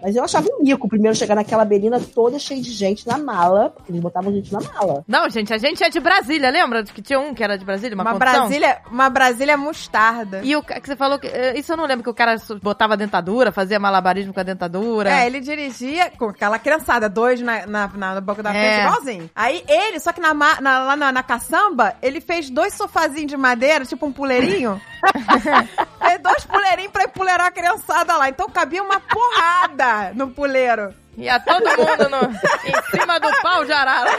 D: Mas eu achava um mico primeiro chegar naquela berlina toda cheia de gente na mala, porque eles botavam gente na mala.
A: Não, gente, a gente é de Brasília, lembra? De que tinha um que era de Brasília, uma,
J: Uma,
A: condição?
J: Brasília, uma Brasília mostarda.
A: E o ca- que você falou que. eh, Isso eu não lembro que o cara so- botava dentadura, fazia malabarismo com a dentadura.
J: É, ele dirigia com aquela criançada, dois na, na, na- no banco da frente,
A: É.
J: igualzinho. Aí ele, só que na, ma- na- lá na, na caçamba, ele fez dois sofazinhos de madeira, tipo um puleirinho. fez dois puleirinhos pra empuleirar a criançada lá. Então cabia uma porrada no puleiro.
A: Ia todo mundo no, em cima do pau de arara.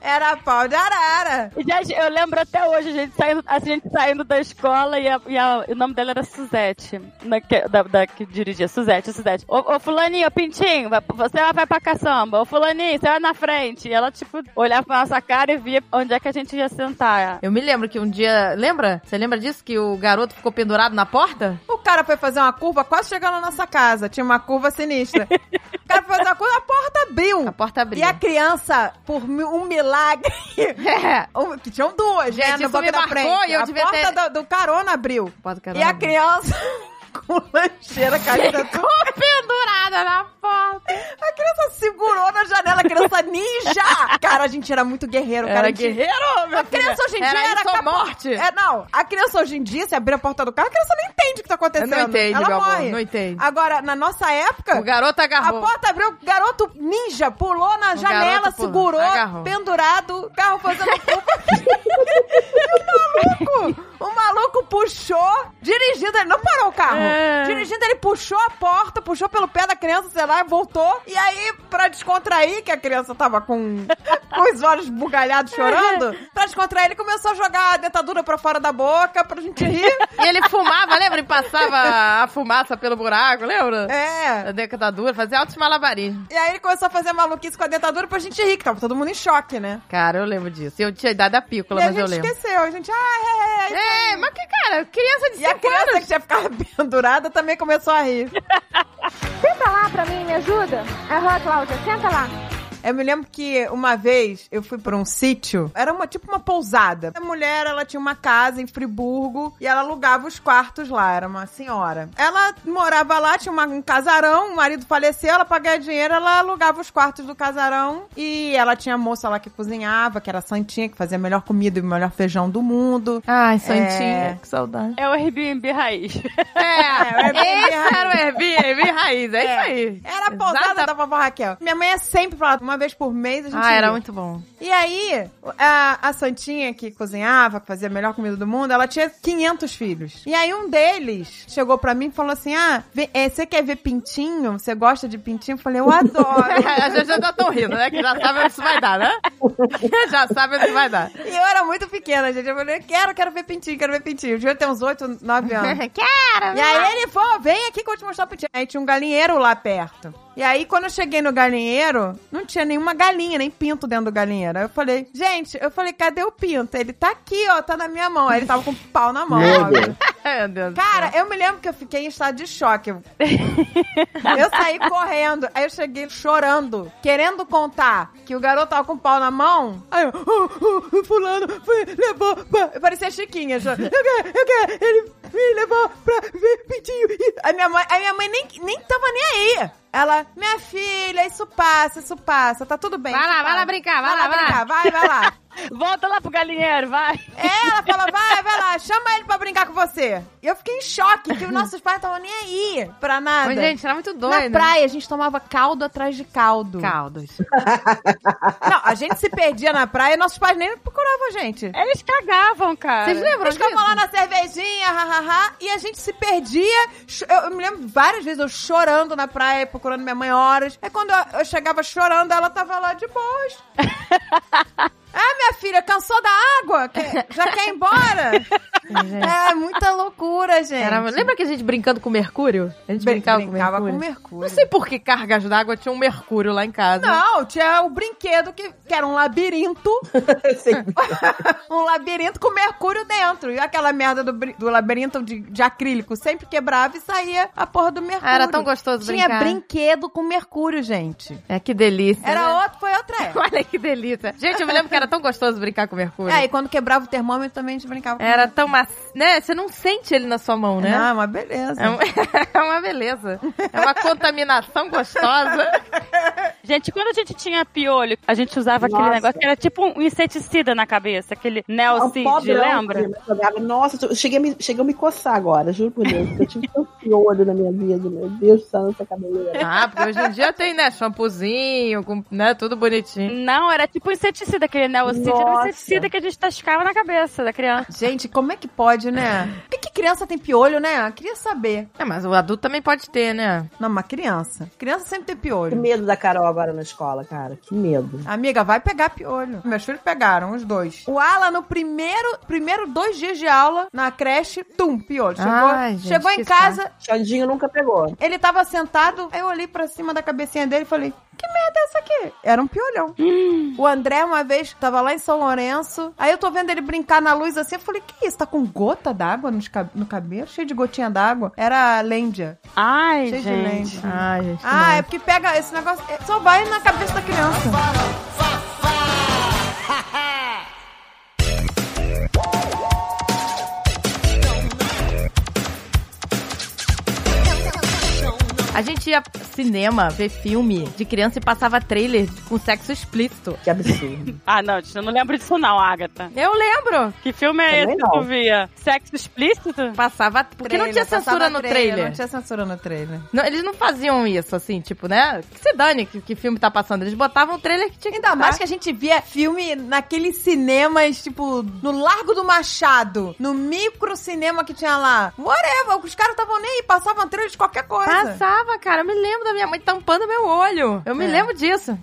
J: Era pau de arara.
C: E, Gente, eu lembro até hoje a gente saindo, a gente saindo da escola e, a- e a- o nome dela era Suzete, na que- da, da que dirigia. Suzete, Suzete. Ô, ô Fulaninho, ô Pintinho, vai- você vai pra caçamba. Ô Fulaninho, você vai na frente. E ela, tipo, olhava pra nossa cara e via onde é que a gente ia sentar.
A: Eu me lembro que um dia. Lembra? Você lembra disso? Que o garoto ficou pendurado na porta?
J: O cara foi fazer uma curva, quase chegando na nossa casa. Tinha uma curva sinistra. O cara foi fazer uma curva, a porta abriu.
A: A porta
J: E
A: abriu.
J: a criança, por mi- um milagre,
A: É.
J: Um- que tinham duas,
A: Gente,
J: né?
A: isso
J: No banco
A: É, tipo, me
J: da
A: marcou
J: frente.
A: e eu
J: a
A: devia
J: porta
A: ter-
J: do, do carona abriu.
A: Pode, cara,
J: E a
A: não.
J: criança com lancheira caiu da
A: Ficou pendurada na porta.
J: A criança segurou na janela, a criança ninja! Cara, a gente era muito guerreiro, cara.
A: Era
J: a gente-
A: guerreiro, meu
J: A criança hoje em dia
A: Era
J: era,
A: isso ou
J: capaz-
A: morte?
J: É, não. A criança hoje em dia, se abrir a porta do carro, a criança não entende o que tá
A: Eu
J: acontecendo.
A: não entendo,
J: Ela
A: meu
J: morre.
A: amor. Não entendo.
J: Agora, na nossa época,
A: O garoto
J: a
A: agarrou.
J: porta abriu, o garoto ninja pulou na
A: O
J: janela,
A: garoto pulou,
J: segurou,
A: agarrou.
J: pendurado, o carro fazendo curva. o maluco, o maluco puxou, dirigindo, ele não parou o carro.
A: É.
J: Dirigindo, ele puxou a porta, puxou pelo pé da criança, sei lá, voltou. E aí, pra descontrair, que a criança tava com, com os olhos bugalhados
A: É.
J: chorando, pra descontrair, ele começou a jogar a dentadura pra fora da boca, pra gente rir.
A: E ele fumava, lembra? E passava a fumaça pelo buraco, lembra?
J: É.
A: A decadura, fazia altos malabarismos.
J: E aí ele começou a fazer maluquice com a dentadura pra gente rir, que tava todo mundo em choque, né?
A: Cara, eu lembro disso. Eu tinha idade da pícola,
J: e a
A: mas eu
J: gente
A: lembro.
J: esqueceu, a gente, ah, é, é, é.
A: É, mas que, cara, criança de
J: E a
A: 5
J: criança
A: anos.
J: que tinha ficado pendurada também começou a rir.
B: Senta lá pra mim, me ajuda. Aham, Cláudia, senta lá.
J: Eu me lembro que uma vez eu fui pra um sítio, era uma tipo uma pousada. A mulher, ela tinha uma casa em Friburgo e ela alugava os quartos lá, era uma senhora. Ela morava lá, tinha uma- um casarão, o marido faleceu, ela pra ganhar dinheiro, ela alugava os quartos do casarão e ela tinha a moça lá que cozinhava, que era a santinha, que fazia a melhor comida e o melhor feijão do mundo.
A: Ai, Santinha,
J: É.
A: que saudade.
C: É o Airbnb raiz.
A: É,
B: Ah,
J: o Airbnb
A: esse era o Airbnb raiz, é, isso aí.
J: Era a pousada
A: Exata-
J: da vovó Raquel. Minha mãe é sempre falava, uma vez por mês a gente
A: Ah, era
J: ia.
A: muito bom.
J: E aí, a, a Santinha, que cozinhava, que fazia a melhor comida do mundo, ela tinha 500 filhos. E aí, um deles chegou pra mim e falou assim: Ah, vê- é, você quer ver pintinho? Você gosta de pintinho? Eu falei: Eu adoro.
A: A gente já tá tão rindo, né? Que já sabe onde isso vai dar, né? já sabe onde isso vai dar.
J: e eu era muito pequena, gente. Eu falei: eu Quero, quero ver pintinho, quero ver pintinho. Eu devia ter uns 8, 9 anos.
A: Quero!
J: E aí ele falou, vem aqui que eu vou te mostrar o pintinho. Aí tinha um galinheiro lá perto. E aí, quando eu cheguei no galinheiro, não tinha nenhuma galinha, nem pinto dentro do galinheiro. Aí eu falei, gente, eu falei, cadê o pinto? Ele tá aqui, ó, tá na minha mão. Aí ele tava com o pau na mão, óbvio.
A: É, Meu Deus. do
J: Cara, eu me lembro que eu fiquei em estado de choque. Eu saí correndo, aí eu cheguei chorando, querendo contar que o garoto tava com o pau na mão. Aí eu, "Oh, oh, fulano, foi, levou. pra-" Eu parecia Chiquinha. chorando. Eu quero, eu quero, ele me levou pra ver pintinho. A minha mãe, a minha mãe nem, nem tava nem aí. Ela, minha filha, isso passa, isso passa, tá tudo bem.
A: Vai
J: isso
A: lá, vai lá
J: passa.
A: brincar, vai lá, vai lá.
J: brincar, vai, vai lá.
C: Volta lá pro galinheiro, vai.
J: É, ela fala, vai, vai lá, chama ele pra brincar com você. E eu fiquei em choque, que os nossos pais estavam nem aí pra nada.
A: Mas, gente, era muito
J: Na
A: doido.
J: praia, a gente tomava caldo atrás de caldo.
A: Caldos.
J: Não, a gente se perdia na praia e nossos pais nem procuravam a
A: É
J: gente.
C: Eles cagavam, cara.
A: Vocês lembram
J: Eles
A: disso?
J: ficavam lá na cervejinha, hahaha, e a gente se perdia. Cho- Eu, eu me lembro várias vezes eu chorando na praia, procurando minha mãe horas. Aí quando eu, eu chegava chorando, ela tava lá de boas. Ah, minha filha, cansou da água? Quer- já quer ir embora? é, muita loucura, gente.
A: Era- lembra que a gente brincando com mercúrio? A gente
J: Brin-
A: brincava,
J: brincava
A: com mercúrio.
J: com
A: Não
J: mercúrio.
A: sei por que cargas d'água tinha um mercúrio lá em casa.
J: Não, tinha o brinquedo que, que era um labirinto. um labirinto com mercúrio dentro. E aquela merda do, bri- do labirinto de, de acrílico sempre quebrava e saía a porra do mercúrio.
A: Ah, era tão gostoso
J: Tinha
A: brincar.
J: brinquedo com mercúrio, gente.
A: É que delícia.
J: Era
A: né?
J: outro, foi outra época.
A: Olha que delícia. Gente, eu me lembro que era tão gostoso brincar com mercúrio.
J: É, e quando quebrava o termômetro também a gente brincava com
A: Era tão macio. Né? Você não sente ele na sua mão, né?
J: Ah, mas beleza.
A: É, um- é uma beleza. É uma contaminação gostosa.
C: Gente, quando a gente tinha piolho, a gente usava aquele
D: Nossa.
C: negócio que era tipo um inseticida na cabeça, aquele
D: É um
C: Nelcid,
D: pobrão
C: lembra?
D: que né, jogava. Nossa, eu cheguei a, me, cheguei a me coçar agora, juro por Deus. porque Eu tive tanto piolho na minha vida, meu Deus do céu, essa cabeleira.
A: Ah, porque hoje em dia tem, né? Shampoozinho, com, né? Tudo bonitinho.
C: Não, era tipo um inseticida, aquele Nelcid era um
D: Nossa.
C: inseticida que a gente tascava na cabeça da criança.
J: Gente, como é que pode, né? Por que, que criança tem piolho, né? Eu Queria saber.
A: É, mas o adulto também pode ter, né?
J: Não, mas criança. Criança sempre tem
D: Que
J: piolho.
D: medo da Carol agora na escola, cara. Que medo.
J: Amiga, vai pegar piolho. Meus filhos pegaram, os dois. O Alan, no primeiro, primeiro dois dias de aula, na creche, tum, piolho. Chegou,
B: Ah.
A: Ai, gente,
J: chegou
A: que
J: em casa,
D: Xandinho nunca pegou.
J: ele tava sentado, aí eu olhei pra cima da cabecinha dele e falei, que merda é essa aqui? Era um piolhão. O André, uma vez, tava lá em São Lourenço, aí eu tô vendo ele brincar na luz assim, eu falei, que isso, tá com gota d'água nos cab- no cabelo? Cheio de gotinha d'água. Era a Lêndia.
C: Ai,
J: Cheio de
C: gente.
J: lente.
A: Ai, gente. que
J: Ah, é
A: nojo.
J: porque pega esse negócio. é, Só vai na cabeça da criança.
A: Ah, A gente ia pro cinema ver filme de criança e passava trailer com sexo explícito.
D: Que absurdo.
C: Ah, não, gente, eu não lembro disso não, Agatha.
A: Eu lembro.
C: Que filme é
D: Também
C: esse que
D: não.
C: tu via? Sexo explícito?
A: Passava. Porque não tinha
J: Trailer,
A: censura
J: passava
A: no
J: Não
A: trailer.
J: tinha censura no trailer.
A: Não, eles não faziam isso, assim, tipo, né? Que se dane que, que filme tá passando. Eles botavam o trailer que tinha que
J: Ainda
A: botar.
J: mais que a gente via filme naqueles cinemas, tipo, no Largo do Machado, no microcinema que tinha lá. Whatever, os caras estavam nem aí, passavam trailer de qualquer coisa.
A: Passava, cara. Eu me lembro da minha mãe tampando meu olho. Eu me lembro disso.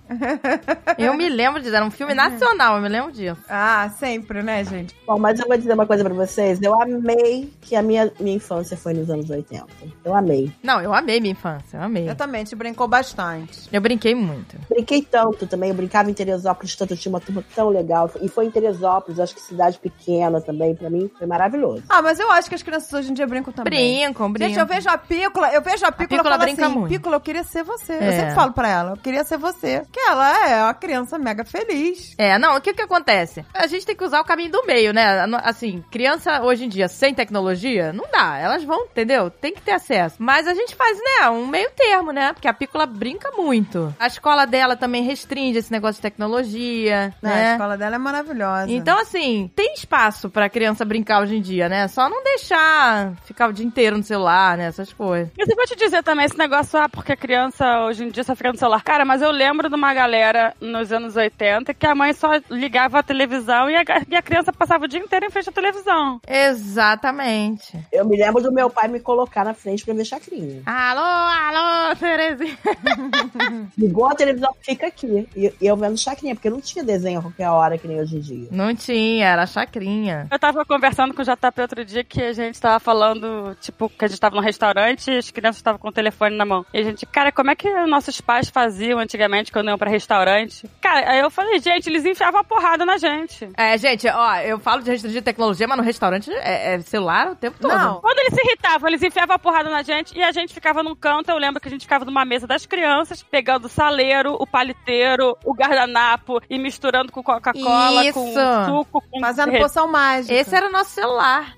A: eu me lembro disso. Era um filme nacional, eu me lembro disso.
J: Ah, sempre, né, gente?
D: Bom, mas eu vou dizer uma coisa pra vocês. Eu amei que a minha, minha infância foi nos anos 80. Eu amei.
A: Não, eu amei minha infância, eu amei.
J: Eu também, a gente brincou bastante.
A: Eu brinquei muito.
D: Brinquei tanto também, eu brincava em Teresópolis tanto, eu tinha uma turma tão legal. E foi em Teresópolis, acho que cidade pequena também, pra mim foi maravilhoso.
J: Ah, mas eu acho que as crianças hoje em dia brincam também.
A: Brincam, brincam.
J: Gente, eu vejo a Pícola, eu vejo a Pícola,
A: Pícola
J: falando
A: brinca
J: assim,
A: muito.
J: Pícola, eu queria ser você. Eu
A: É.
J: sempre falo pra ela, eu queria ser você. Que ela é uma criança mega feliz.
A: É, não, o que que acontece? A gente tem que usar o caminho do meio, né? Assim, criança hoje em dia sem tecnologia, não dá. Elas vão, entendeu? Tem que ter acesso. Mas a gente faz, né, um meio termo, né? Porque a Pícola brinca muito. A escola dela também restringe esse negócio de tecnologia,
J: Né?
A: né?
J: A escola dela é maravilhosa.
A: Então, assim, tem espaço pra criança brincar hoje em dia, né? Só não deixar ficar o dia inteiro no celular, né? Essas coisas.
C: Mas eu vou te dizer também esse negócio, ah, porque criança hoje em dia só fica no celular. Cara, mas eu lembro de uma galera nos anos 80 que a mãe só ligava a televisão e a, ga- e a criança passava o dia inteiro em frente à televisão.
A: Exatamente.
D: Eu me lembro do meu pai me colocar na frente pra ver chacrinha.
A: Alô, alô, Terezinha.
D: Ligou a televisão, fica aqui. E e eu vendo chacrinha, porque não tinha desenho a qualquer hora que nem hoje em dia.
A: Não tinha, era chacrinha.
C: Eu tava conversando com o JP outro dia que a gente tava falando, tipo, que a gente tava num restaurante e as crianças estavam com o telefone na mão. E a gente, cara, como é que nossos pais faziam antigamente quando iam pra restaurante? Cara, aí eu falei, gente, eles enfiavam a porrada na gente.
A: É, gente, ó, eu falo de restringir tecnologia, mas no restaurante é, é celular o tempo todo.
J: Não.
C: Quando eles se irritavam, eles enfiavam a porrada na gente e a gente ficava num canto. Eu lembro que a gente ficava numa mesa das crianças, pegando o saleiro, o paliteiro, o guardanapo e misturando com Coca-Cola, com
A: Isso.
C: suco, com.
J: Fazendo
C: re-
J: poção mágica.
A: Esse era o nosso celular.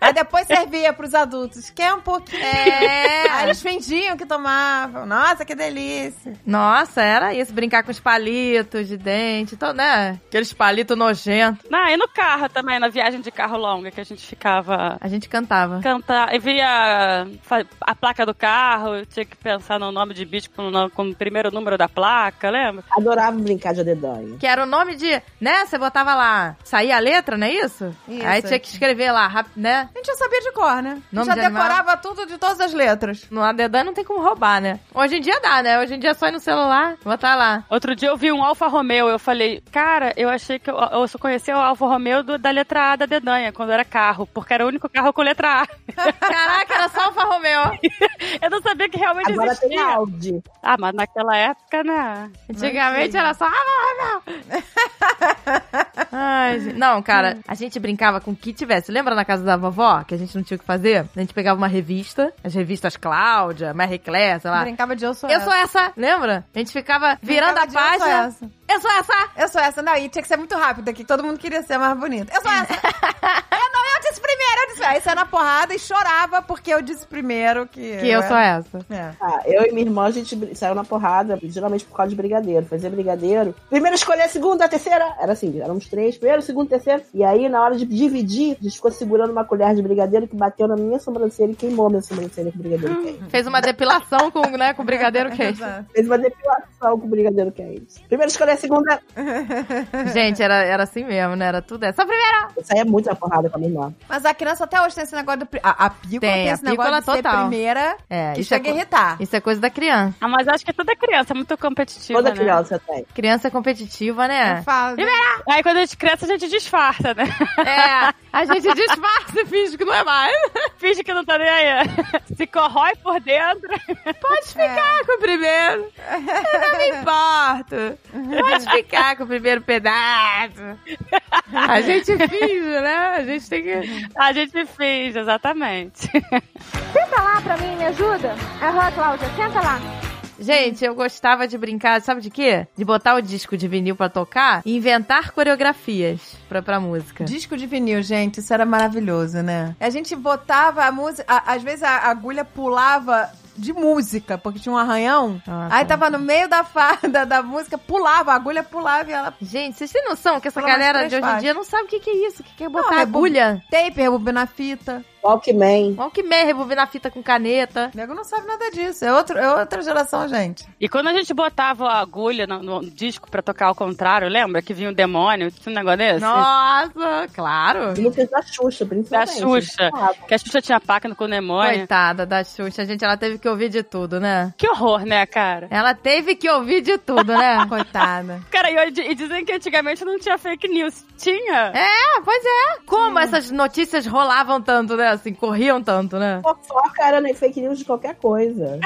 J: Aí depois servia pros adultos. Quer um pouquinho? Aí
A: É.
J: eles fingiam que tomavam. Nossa, que delícia.
A: Nossa, era isso. Brincar com os palitos de dente, então, né? Aqueles palitos nojentos.
C: Ah, e no carro também, na viagem de carro longa, que a gente ficava.
A: A gente cantava.
C: Cantar, e via fa- a placa do carro, tinha que pensar no nome de bicho com, o no- com o primeiro número da placa, lembra?
D: Adorava brincar de adedanha.
A: Que era o nome de. Né? Você botava lá. Saía a letra, não é isso?
J: Isso.
A: Aí tinha que escrever lá, rap- né?
J: A gente já sabia de cor, né? A gente
A: Nome
J: já
A: de animal?
J: decorava tudo de todas as letras.
A: O continuar dedando, não tem como roubar, né? Hoje em dia dá, né? Hoje em dia é só ir no celular, botar lá.
C: Outro dia eu vi um Alfa Romeo, eu falei, cara, eu achei que eu, eu só conhecia o Alfa Romeo do- da letra A da Dedanha, quando era carro, porque era o único carro com letra A.
A: Caraca, era só Alfa Romeo.
C: Eu não sabia que realmente
D: Agora
C: existia.
D: tem Audi.
C: Ah, mas naquela época, né?
A: Antigamente era só "Ah, Alfa Romeo. Ai, gente. Não, cara, a gente brincava com o que tivesse. Lembra na casa da vovó, que a gente não tinha o que fazer? A gente pegava uma revista, as revistas Cláudia, Marie Claire, sei lá.
J: Brincava de eu sou
A: Eu
J: essa.
A: sou essa, lembra? A gente ficava virando
J: Brincava
A: a
J: de eu sou
A: página.
J: essa.
A: Eu sou essa!
J: Eu sou essa. Não, e tinha que ser muito rápido aqui. Todo mundo queria ser mais bonita. Eu sou
A: É.
J: essa. eu não, eu disse primeiro. Eu disse. Aí saia na porrada e chorava porque eu disse primeiro que...
A: Que eu sou essa.
J: É.
D: Ah, eu e minha irmã, a gente br- saiu na porrada, geralmente por causa de brigadeiro. Fazia brigadeiro. Primeiro escolher a segunda, a terceira. Era assim, éramos três. Primeiro, segundo, terceiro. E aí, na hora de dividir, a gente ficou segurando uma colher de brigadeiro que bateu na minha sobrancelha e queimou a minha sobrancelha com o brigadeiro quente.
A: Fez uma depilação com, né, com o brigadeiro queijo.
J: Exato.
D: Fez uma depilação com o brigadeiro quente. Primeiro escolher a segunda.
A: Gente, era, era assim mesmo, né? Era tudo essa. Só primeira!
D: Eu saía muito na porrada com a minha irmã.
J: Mas a criança até hoje tem esse negócio do... pri- A, a pícola
A: Tem,
J: tem,
A: a
J: esse negócio
A: pícola
J: de ser
A: total.
J: primeira
A: É,
J: que
A: isso é,
J: chega a
A: co-
J: irritar.
A: isso é coisa da criança.
C: Ah, mas acho que toda criança é muito competitiva,
D: Toda
C: né?
D: criança tem.
A: Criança é competitiva, né?
J: Eu falo.
C: Aí quando a gente cresce, a gente disfarça, né?
A: É, a gente disfarça e finge que não é mais.
C: Finge que não tá nem aí. Se corrói por dentro.
A: Pode
J: é.
A: ficar com o primeiro. Eu não me importo. Pode ficar com o primeiro pedaço. A gente finge, né? A gente tem que.
C: A gente finge, exatamente.
B: Senta lá pra mim, me ajuda? Aham, Cláudia, senta lá.
A: Gente, eu gostava de brincar, sabe de quê? De botar o disco de vinil pra tocar e inventar coreografias pra, pra música.
J: Disco de vinil, gente, isso era maravilhoso, né? A gente botava a música. a- Às vezes a agulha pulava de música, porque tinha um arranhão.
A: Ah,
J: aí
A: tá.
J: tava no meio da fada da música, pulava, a agulha pulava e ela.
A: Gente, vocês têm noção que essa
J: Pelo menos
A: galera
J: três
A: de hoje em
J: faixas.
A: dia não sabe o que, que é isso? O que, que é botar
J: mas bu-
A: agulha?
J: Tape, rebobina a fita.
D: Walkman.
A: Olha o que merda, revolver na fita com caneta.
J: O nego não sabe nada disso. É, outro, é outra geração, gente.
C: E quando a gente botava a agulha no, no disco pra tocar ao contrário, lembra? Que vinha um demônio, tinha um negócio desse?
A: Nossa, claro.
D: Lucas da Xuxa,
C: Da
D: principalmente. Ah,
C: Xuxa. Que a Xuxa tinha pacto com o demônio.
A: Coitada da Xuxa, gente, ela teve que ouvir de tudo, né?
C: Que horror, né, cara?
A: Ela teve que ouvir de tudo, né?
J: Coitada.
C: Cara, e, hoje- e dizem que antigamente não tinha fake news. Tinha?
A: é, pois é. Como essas notícias rolavam tanto, né? Assim, corriam tanto, né?
D: Fofoca era né, fake news de qualquer coisa.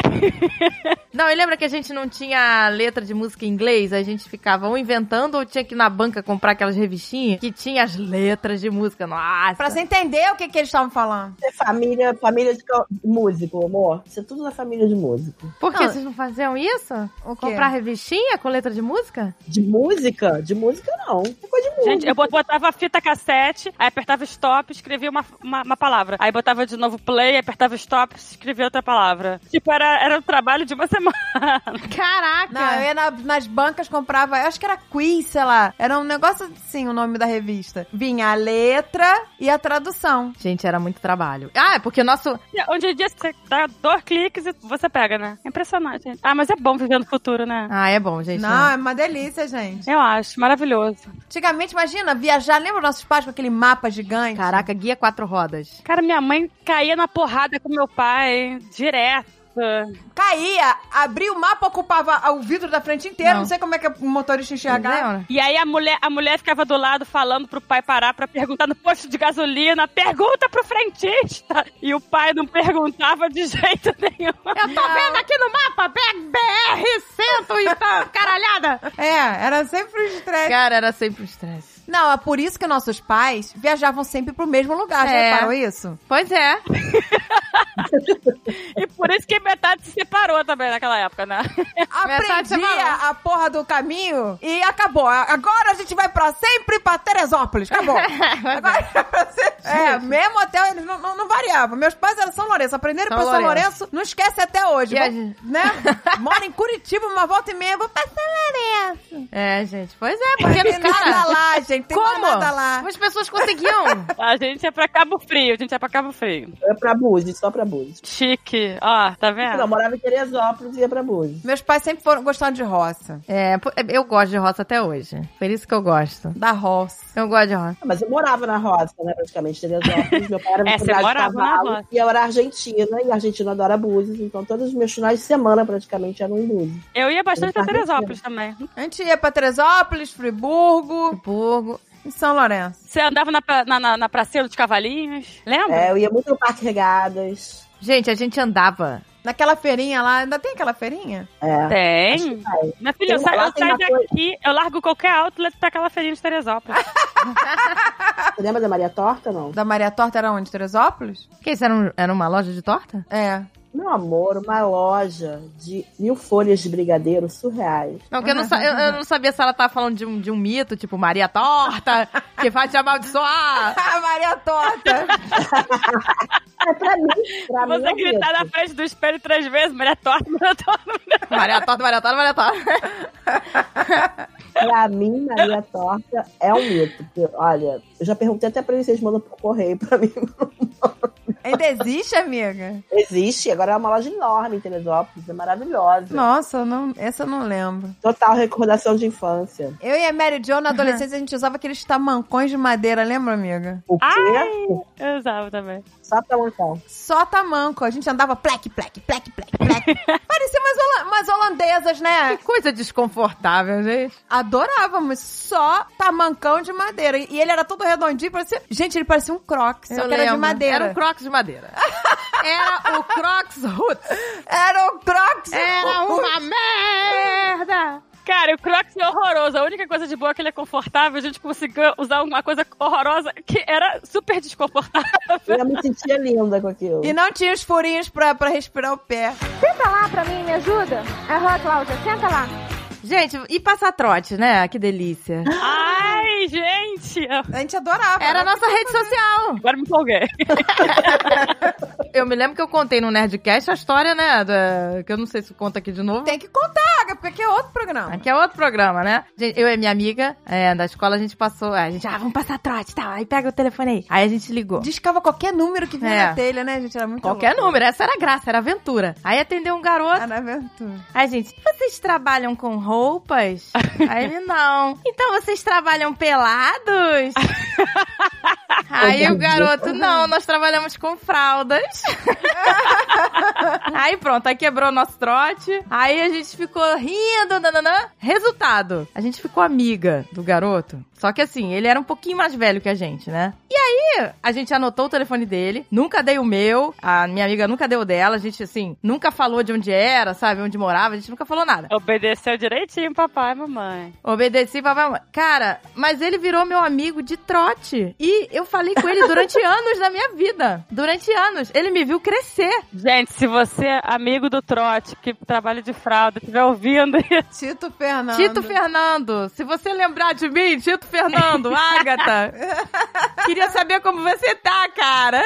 A: Não, e lembra que a gente não tinha letra de música em inglês? A gente ficava ou inventando ou tinha que ir na banca comprar aquelas revistinhas que tinha as letras de música. Nossa.
J: pra você entender o que, que eles estavam falando.
D: Isso é família, família de co- de músico, amor. Isso é tudo da família de músico.
A: Por que
J: Não.
A: vocês não faziam isso?
J: O quê?
A: Comprar revistinha com letra de música?
D: De música? De música, não. É coisa de música.
C: Gente, eu botava fita cassete, aí apertava stop, escrevia uma, uma, uma palavra. Aí botava de novo play, apertava stop, escrevia outra palavra. Tipo, era, era um trabalho de uma semana.
A: Caraca!
J: Não, Ah, eu ia na- nas bancas, comprava, eu acho que era quiz, sei lá. Era um negócio assim, o nome da revista. Vinha a letra e a tradução.
A: Gente, era muito trabalho. Ah, é porque o nosso.
C: Onde em dia você dá dois cliques e você pega, né? Impressionante, gente. Ah, mas é bom viver no futuro, né?
A: Ah, é bom, gente.
J: Não,
A: né?
J: é uma delícia, gente.
C: Eu acho, maravilhoso.
J: Antigamente, imagina, viajar, lembra nossos pais com aquele mapa gigante?
A: Caraca, guia quatro rodas.
C: Cara, minha mãe caía na porrada com meu pai, direto.
J: Caía, abria o mapa, ocupava o vidro da frente inteira,
A: Não.
J: não, sei como é que o motorista enxergava.
A: Lembra?
C: E aí a mulher, a mulher ficava do lado falando pro pai parar pra perguntar no posto de gasolina, pergunta pro frentista. E o pai não perguntava de jeito nenhum.
A: Eu tô vendo aqui no mapa, B- BR, cento e tá, caralhada.
J: É, era sempre um estresse.
A: Cara, era sempre um estresse.
J: Não, é por isso que nossos pais viajavam sempre pro mesmo lugar, já
A: É.
J: reparou isso?
A: Pois é.
C: E por isso que metade se separou também naquela época, né?
A: Metade é você
J: Aprendia
A: falou.
J: a porra do caminho e acabou. A- Agora a gente vai pra sempre pra Teresópolis, acabou. Agora você- é, mesmo hotel, eles não, não, não variavam. Meus pais eram São Lourenço, aprenderam
A: São
J: pra São
A: Lourenço.
J: Lourenço, não esquece até hoje.
A: E a
J: Vou-
A: gente-
J: né? Mora em Curitiba, uma volta e meia, vou pra São essa?
A: É, gente. Pois é, porque os
J: Tem nada
A: caras.
J: lá, gente. Tem
A: Como?
J: nada lá.
A: Como as pessoas conseguiam?
C: A gente é pra Cabo Frio, a gente é pra Cabo Frio.
D: É pra Búzios, só pra Búzios.
C: Chique, ó, tá vendo?
D: Não, morava em Teresópolis e ia pra Búzios.
J: Meus pais sempre foram gostando de roça.
A: É, pô, eu gosto de roça até hoje. Por isso que eu gosto.
J: Da roça.
A: Eu gosto de roça.
D: Ah, Mas eu morava na roça, né? Praticamente, Teresópolis. Meu pai era
C: É, você
D: proprietário
C: morava
D: de
C: na
D: cavalo.
C: roça.
D: E eu era argentina, e a Argentina adora Búzios. Então, todos os meus finais de semana, praticamente, eram em Búzios.
C: Eu ia bastante pra
D: Ele tá
C: Teresópolis também.
J: A gente ia pra Teresópolis, Friburgo
A: Friburgo.
J: e São Lourenço.
C: Você andava na, pra- na, na, na pracinha dos cavalinhos, lembra?
D: É, eu ia muito no Parque Regadas.
A: Gente, a gente andava.
J: Naquela feirinha lá, ainda tem aquela feirinha?
D: É.
C: Tem. Minha filha,
D: Tem-
C: eu saio,
D: lá
C: eu
D: tem
C: saio
D: uma coisa- Ah,
C: daqui, eu largo qualquer outlet pra aquela feirinha de Teresópolis.
D: Você lembra da Maria Torta, não?
J: Da Maria Torta era onde? Teresópolis?
A: Que isso era, um- era uma loja de torta?
J: É.
D: Meu amor, uma loja de mil folhas de brigadeiro surreais.
A: Não, porque eu não, sa- eu, eu não sabia se ela tava falando de um, de um mito, tipo Maria Torta, que vai te amaldiçoar.
J: Ah, Maria Torta!
D: É pra mim, pra mim.
C: Você
D: é isso.
C: gritar na frente do espelho três vezes, mulher torta, mulher torta.
A: Maria Torta, Maria Torta, Maria Torta.
D: Pra mim, Maria Torta é um mito. Porque, olha, eu já perguntei até pra eles, vocês mandam por correio pra mim.
J: Ainda existe, amiga?
D: Existe, agora é uma loja enorme em Teresópolis, é maravilhosa.
J: Nossa, eu não, essa eu não lembro.
D: Total recordação de infância.
J: Eu e a Mary Jo, na adolescência, a gente usava aqueles tamancões de madeira, lembra, amiga?
D: O quê?
C: Eu usava também.
D: Só pra montar.
J: Só tamanco. A gente andava plec, plec, plec, plec, plec. Parecia umas, hola- umas holandesas, né?
A: Que coisa desconfortável, gente.
J: Adorávamos. Só tamancão de madeira. E ele era todo redondinho, parecia... Gente, ele parecia um crocs, só
A: Eu
J: que era de
A: lembro.
J: madeira.
A: Era um crocs de madeira. Era o crocs roots.
J: Era um crocs.
A: Era um uma merda.
C: Cara, o Crocs é horroroso. A única coisa de boa é que ele é confortável. A gente conseguiu usar uma coisa horrorosa que era super desconfortável.
D: Eu me sentia linda com aquilo.
J: E não tinha os furinhos pra, pra respirar o pé.
B: Senta lá pra mim, me ajuda. Aham, Cláudia, senta lá.
A: Gente, e passar trote, né? Que delícia.
C: Ai, gente!
J: A gente adorava. né?
A: Era a nossa rede social.
C: Agora me empolguei.
A: Eu me lembro que eu contei no Nerdcast a história, né? da- que eu não sei se conta aqui de novo.
J: Tem que contar, Agatha, porque aqui é outro programa.
A: Aqui é outro programa, né? Gente, Eu e minha amiga é, da escola, a gente passou. é, A gente, ah, vamos passar trote, tá? Aí pega o telefone aí. Aí a gente ligou.
J: Discava qualquer número que vinha
A: É.
J: na telha, né, gente? Era muito
A: Qualquer
J: louco.
A: número, essa era a graça, era a aventura. Aí atendeu um garoto.
J: Ah, na aventura.
A: Aí, gente, vocês trabalham com roupas? Aí ele, não. Então vocês trabalham pelados? Aí o garoto, não, nós trabalhamos com fraldas. Aí pronto, aí quebrou nosso trote. Aí a gente ficou rindo, nananã. Resultado, a gente ficou amiga do garoto. Só que assim, ele era um pouquinho mais velho que a gente, né? E aí, a gente anotou o telefone dele, nunca dei o meu, a minha amiga nunca deu o dela, a gente, assim, nunca falou de onde era, sabe, onde morava, a gente nunca falou nada.
C: Obedeceu direitinho, papai e mamãe.
A: Obedeci, papai. e mamãe. Cara, mas ele virou meu amigo de trote. E eu falei com ele durante anos da minha vida. Durante anos. Ele me viu crescer.
C: Gente, se você é amigo do trote, que trabalha de fralda, estiver ouvindo isso,
J: Tito Fernando.
A: Tito Fernando, se você lembrar de mim, Tito Fernando, Agatha, queria saber como você tá, cara.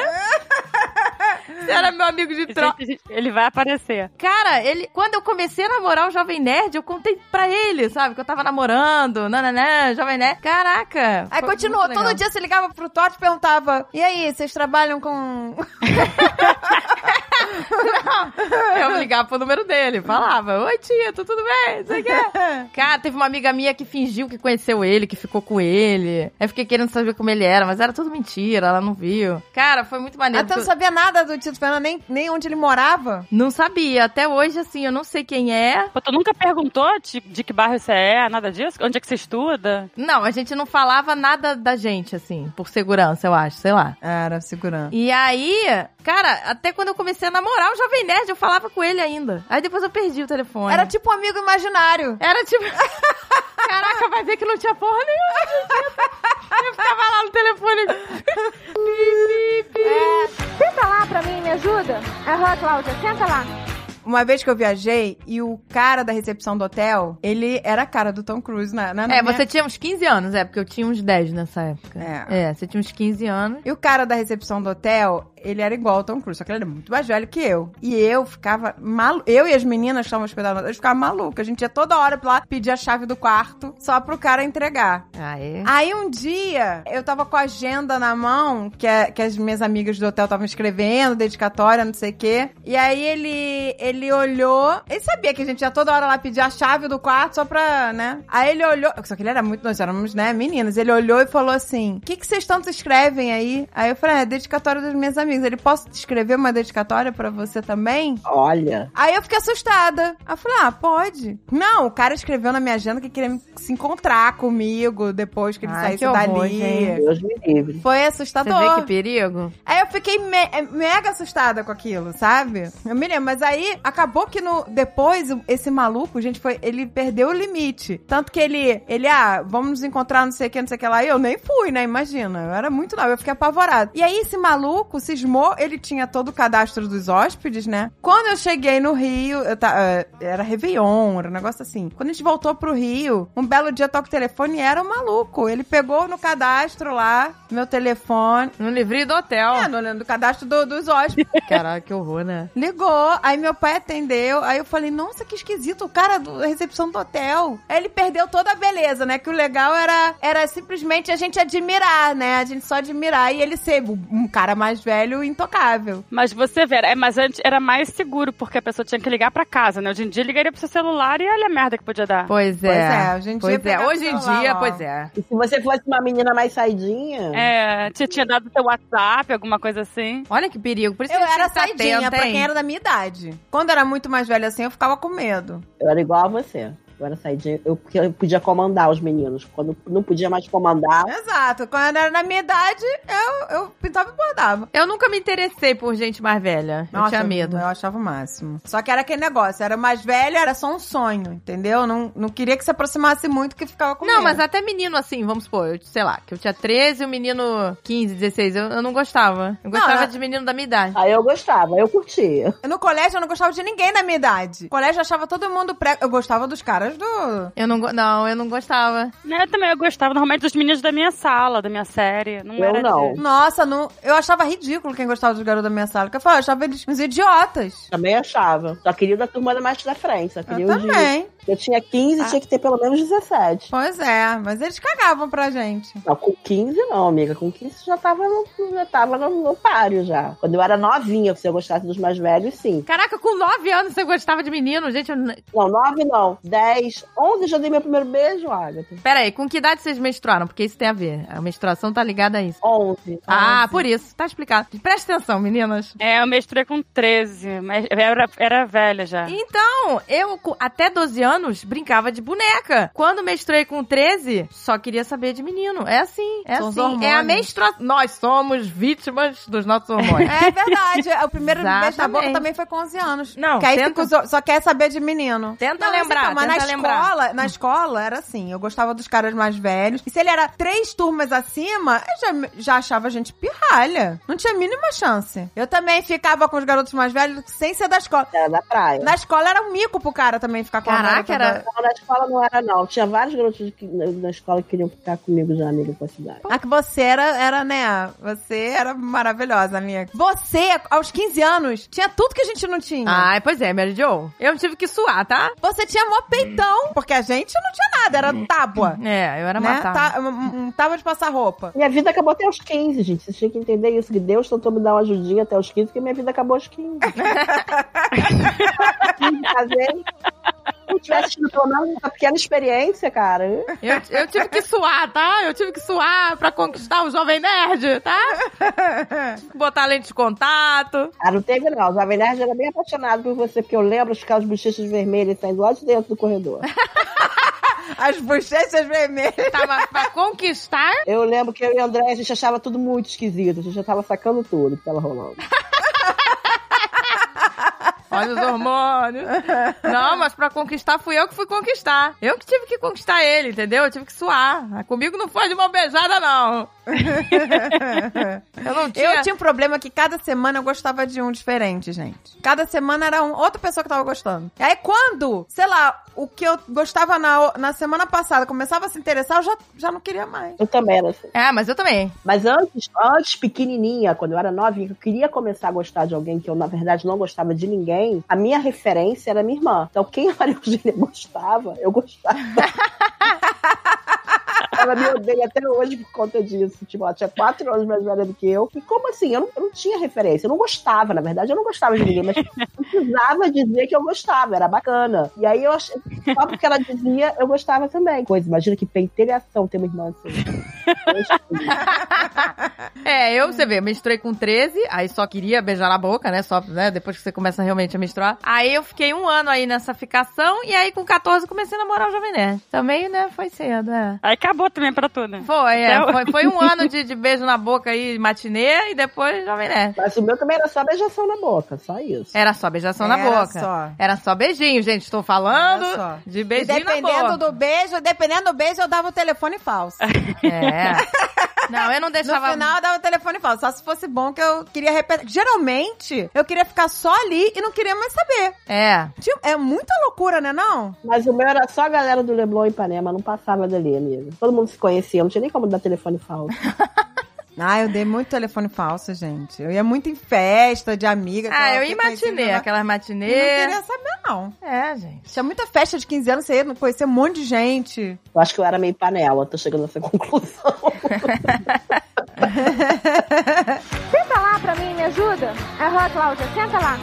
A: Você era meu amigo de troca.
C: gente, gente, ele vai aparecer.
A: Cara, ele, quando eu comecei a namorar o Jovem Nerd, eu contei pra ele, sabe? Que eu tava namorando, nananã, Jovem Nerd. Caraca.
J: Aí
A: foi
J: continuou,
A: muito legal.
J: todo dia você ligava pro Totti e perguntava: E aí, vocês trabalham com.
A: Eu ligava pro número dele, falava, oi Tito, tudo bem? Não sei o quê. Cara, teve uma amiga minha que fingiu que conheceu ele, que ficou com ele. Aí fiquei querendo saber como ele era, mas era tudo mentira, ela não viu. Cara, foi muito maneiro.
J: Até não
A: porque eu
J: sabia nada do Tito Fernando, nem, nem onde ele morava.
A: Não sabia, até hoje, assim, eu não sei quem é.
C: Pô, tu nunca perguntou de, de que bairro você é, nada disso? Onde é que você estuda?
A: Não, a gente não falava nada da gente, assim, por segurança, eu acho, sei lá.
J: Era, segurando.
A: E aí, cara, até quando eu comecei a namorar o Jovem Nerd, eu falava com ele ainda. Aí depois eu perdi o telefone.
J: Era tipo um amigo imaginário.
A: Era tipo. Caraca, vai ver que não tinha porra nenhuma. gente. Eu ficava lá no telefone. Pi, pi, pi.
B: Senta lá pra mim, me ajuda. Aham, Cláudia, senta lá.
J: Uma vez que eu viajei e o cara da recepção do hotel, ele era a cara do Tom Cruise na, na, na
A: É,
J: minha-
A: você tinha uns 15 anos, é, porque eu tinha uns 10 nessa época.
J: É.
A: É, você tinha uns 15 anos.
J: E o cara da recepção do hotel, ele era igual ao Tom Cruise, só que ele era muito mais velho que eu. E eu ficava maluca. Eu e as meninas que estavam hospedadas, nós ficava maluca. A gente ia toda hora pra lá pedir a chave do quarto só pro cara entregar.
A: Ah, é?
J: Aí um dia, eu tava com a agenda na mão, que, a- que as minhas amigas do hotel estavam escrevendo, dedicatória, não sei o quê. E aí ele, ele olhou. Ele sabia que a gente ia toda hora lá pedir a chave do quarto só pra, né? Aí ele olhou. Só que ele era muito, nós éramos, né, meninas. Ele olhou e falou assim: O que, que vocês tanto escrevem aí? Aí eu falei: "Ah, É dedicatória dos meus amigos. Ele, posso escrever uma dedicatória pra você também?
D: Olha.
J: Aí eu fiquei assustada. Aí eu falei, ah, pode. Não, o cara escreveu na minha agenda que queria me- se encontrar comigo depois que ele
A: Ai,
J: saísse
A: que horror,
J: dali.
A: gente.
D: Deus me livre.
J: Foi
A: Você vê que
J: assustador.
A: perigo?
J: Aí eu fiquei me- eh, mega assustada com aquilo, sabe? Eu me lembro, mas aí acabou que no, depois o- esse maluco, gente, foi, ele perdeu o limite. Tanto que ele, ele, ah, vamos nos encontrar, não sei o que, não sei o que lá. E eu nem fui, né? Imagina. Eu era muito nova, eu fiquei apavorada. E aí esse maluco cismou, ele tinha todo o cadastro dos hóspedes, né? Quando eu cheguei no Rio, eu ta- eh, era Réveillon, era um negócio assim. Quando a gente voltou pro Rio, um belo dia eu toco o telefone e era um maluco. Ele pegou no cadastro lá, meu telefone.
A: No livrinho do hotel.
J: É, no, no cadastro do- dos hóspedes.
A: Caralho, que horror, né?
J: Ligou, aí meu pai atendeu, aí eu falei, nossa, que esquisito, o cara do- da recepção do hotel. Aí ele perdeu toda a beleza, né? Que o legal era, era simplesmente a gente admirar, né? A gente só admirar e ele ser um cara mais velho e intocável.
C: Mas você vê, é, mas antes era mais seguro, porque a pessoa tinha que ligar pra casa, né? Hoje em dia ligaria pro seu celular e olha a merda que podia dar.
A: Pois é.
J: Pois é, hoje em dia
A: Pois é,
J: pegava
A: hoje em
J: o celular,
A: dia,
J: ó.
A: pois é.
D: E se você fosse uma menina mais saidinha,
C: É, te tinha dado teu WhatsApp, alguma coisa assim.
A: Olha que perigo. Por isso
J: Eu
A: que a gente
J: era
A: tem que estar
J: saidinha,
A: tá atenta,
J: pra
A: hein?
J: quem era da minha idade. Quando era muito mais velha assim, eu ficava com medo.
D: eu era igual a você. Eu era saidinha, eu, porque eu podia comandar os meninos. Quando não podia mais comandar,
J: Exato, quando era na minha idade, eu, eu pintava e bordava.
A: Eu nunca me interessei por gente mais velha. eu
J: Nossa,
A: tinha medo.
J: Eu achava o máximo. Só que era aquele negócio, era mais velha, era só um sonho, entendeu? Não, não queria que se aproximasse muito, que ficava com
A: Não,
J: medo.
A: mas até menino, assim, vamos supor, eu, sei lá, que eu tinha 13 e o menino 15, 16, eu, eu não gostava. Eu gostava
J: eu-
A: de menino da minha idade.
D: aí eu gostava, eu curtia.
J: No colégio eu não gostava de ninguém da minha idade. No colégio eu achava todo mundo pré... Eu gostava dos caras do...
A: Eu não, go- não, eu não gostava.
C: Né, Eu também eu gostava normalmente dos meninos da minha sala, da minha série. Não
D: Eu
C: era
D: não.
C: de-
J: Nossa, não... eu achava ridículo quem gostava dos garotos da minha sala. Porque eu falava, eu achava eles uns idiotas.
D: Também achava. Só queria da turma da mais da frente. Só queria
J: Eu
D: os de-
J: também.
D: Eu tinha 15 tinha que ter pelo menos 17.
J: Pois é, mas eles cagavam pra gente.
D: Não, com 15 não, amiga. Com 15 já tava no, já tava no, no páreo já. Quando eu era novinha, se eu gostasse dos mais velhos, sim.
A: Caraca, com 9 anos você gostava de menino, gente. Eu... n-
D: Não, 9 não. 10, 11 já dei meu primeiro beijo, Agatha.
A: Pera aí, com que idade vocês menstruaram? Porque isso tem a ver. A menstruação tá ligada a isso.
D: 11.
A: Ah, por isso. Tá explicado. Presta atenção, meninas.
C: É, eu mestrei com 13, mas eu era, era velha já.
A: Então, eu com- até 12 anos brincava de boneca. Quando menstruei com 13, só queria saber de menino. É assim, é
J: São os
A: assim. É a
J: hormônios.
A: menstruação. Nós somos vítimas dos nossos hormônios.
J: É verdade. O primeiro beijo na boca
A: Exatamente.
J: também foi com 11 anos.
A: Não,
J: que aí
A: tenta-
J: fica os o- só quer saber de menino.
A: Tenta
J: mas
A: lembrar,
J: então, mas
A: tenta
J: na
A: lembrar.
J: escola, na escola era assim, eu gostava dos caras mais velhos. E se ele era três turmas acima, eu já, já achava a gente pirralha. Não tinha a mínima chance. Eu também ficava com os garotos mais velhos sem ser da escola.
D: Era da praia.
J: Na escola era um mico pro cara também ficar com a
A: Caraca,
J: garota
A: era-
J: da-
D: Não, na escola não era, não. Tinha vários garotos que- na, na escola que queriam ficar comigo já, amiga, com a cidade.
J: Ah, que você era, era, né? Você era maravilhosa, amiga. Você, aos 15 anos, tinha tudo que a gente não tinha.
A: Ai, pois é, Mary Jo. Eu tive que suar, tá?
J: Você tinha mó peitão, porque a gente não tinha nada, era tábua.
A: É, eu era
J: né?
A: matada.
J: Tá- um- um tábua de passar roupa.
D: Minha vida acabou até os 15, gente. Vocês tinham que entender isso, que Deus tentou me dar uma ajudinha até os 15, que minha vida acabou aos 15. Casei. Se eu tivesse tido pelo menos uma pequena experiência, cara.
A: Eu, eu tive que suar, tá? Eu tive que suar pra conquistar o jovem nerd, tá? Tive que botar lente de contato.
D: Ah, não teve não. O Jovem Nerd era bem apaixonado por você, porque eu lembro os caras de bochechas vermelhas saindo lá de dentro do corredor.
J: As bochechas vermelhas.
A: Tava pra conquistar.
D: Eu lembro que eu e o André, a gente achava tudo muito esquisito. A gente já tava sacando tudo que tava rolando.
A: Olha os hormônios. Não, mas pra conquistar fui eu que fui conquistar. Eu que tive que conquistar ele, entendeu? Eu tive que suar. Comigo não foi de mão beijada, não. Eu não tinha.
J: Eu tinha um problema que cada semana eu gostava de um diferente, gente. Cada semana era um, outra pessoa que tava gostando. E aí quando, sei lá, o que eu gostava na, na semana passada começava a se interessar, eu já, já não queria mais.
D: Eu também era assim.
A: Ah, mas eu também.
D: Mas antes, antes, pequenininha, quando eu era novinha, que eu queria começar a gostar de alguém que eu, na verdade, não gostava de ninguém, a minha referência era minha irmã. Então, quem a Maria Eugênia gostava, eu gostava. Ela me odeia até hoje por conta disso. Tipo, ela tinha quatro anos mais velha do que eu. E como assim? Eu não, eu não tinha referência. Eu não gostava, na verdade. Eu não gostava de ninguém, mas não precisava dizer que eu gostava. Era bacana. E aí eu achei. Só porque ela dizia, eu gostava também. Coisa, imagina que pentelhação ter uma irmã assim.
A: É, eu, você vê, menstruei com 13, aí só queria beijar na boca, né? Só, né? Depois que você começa realmente a menstruar. Aí eu fiquei um ano aí nessa ficação, e aí com 14 comecei a namorar o Jovem Nerd. Também, né? Foi cedo, é.
C: Aí acabou também pra tu, né?
A: Foi, é.
C: Então-
A: Foi, foi um ano de, de beijo na boca aí, matinê, e depois Jovem Nerd.
D: Mas o meu também era só beijação na boca, só isso.
A: Era só beijação na
J: Era
A: boca.
J: só.
A: Era só beijinho, gente. Estou falando
J: Era só.
A: de
J: E
A: beijinho na boca.
J: dependendo do beijo, dependendo do beijo, eu dava o telefone falso.
A: É. Não, eu não
J: No
A: deixava...
J: final, eu dava o telefone falso. Só se fosse bom que eu queria repetir. Geralmente, eu queria ficar só ali e não queria mais saber.
A: É.
J: Tipo, É muita loucura, né, não?
D: Mas o meu era só a galera do Leblon e Ipanema, não passava dali, amiga. Todo mundo se conhecia, não tinha nem como dar telefone falso.
J: Ah, eu dei muito telefone falso, gente. Eu ia muito em festa de amiga.
A: Ah, eu
J: ia
A: ia matinê, aquelas
J: Não
A: matinê.
J: queria saber, não.
A: É, gente.
J: Tinha muita festa de 15 anos, você ia conhecer um monte de gente.
D: Eu acho que eu era meio panela, tô chegando nessa conclusão.
B: Senta lá pra mim, me ajuda. Aham, Cláudia, senta lá.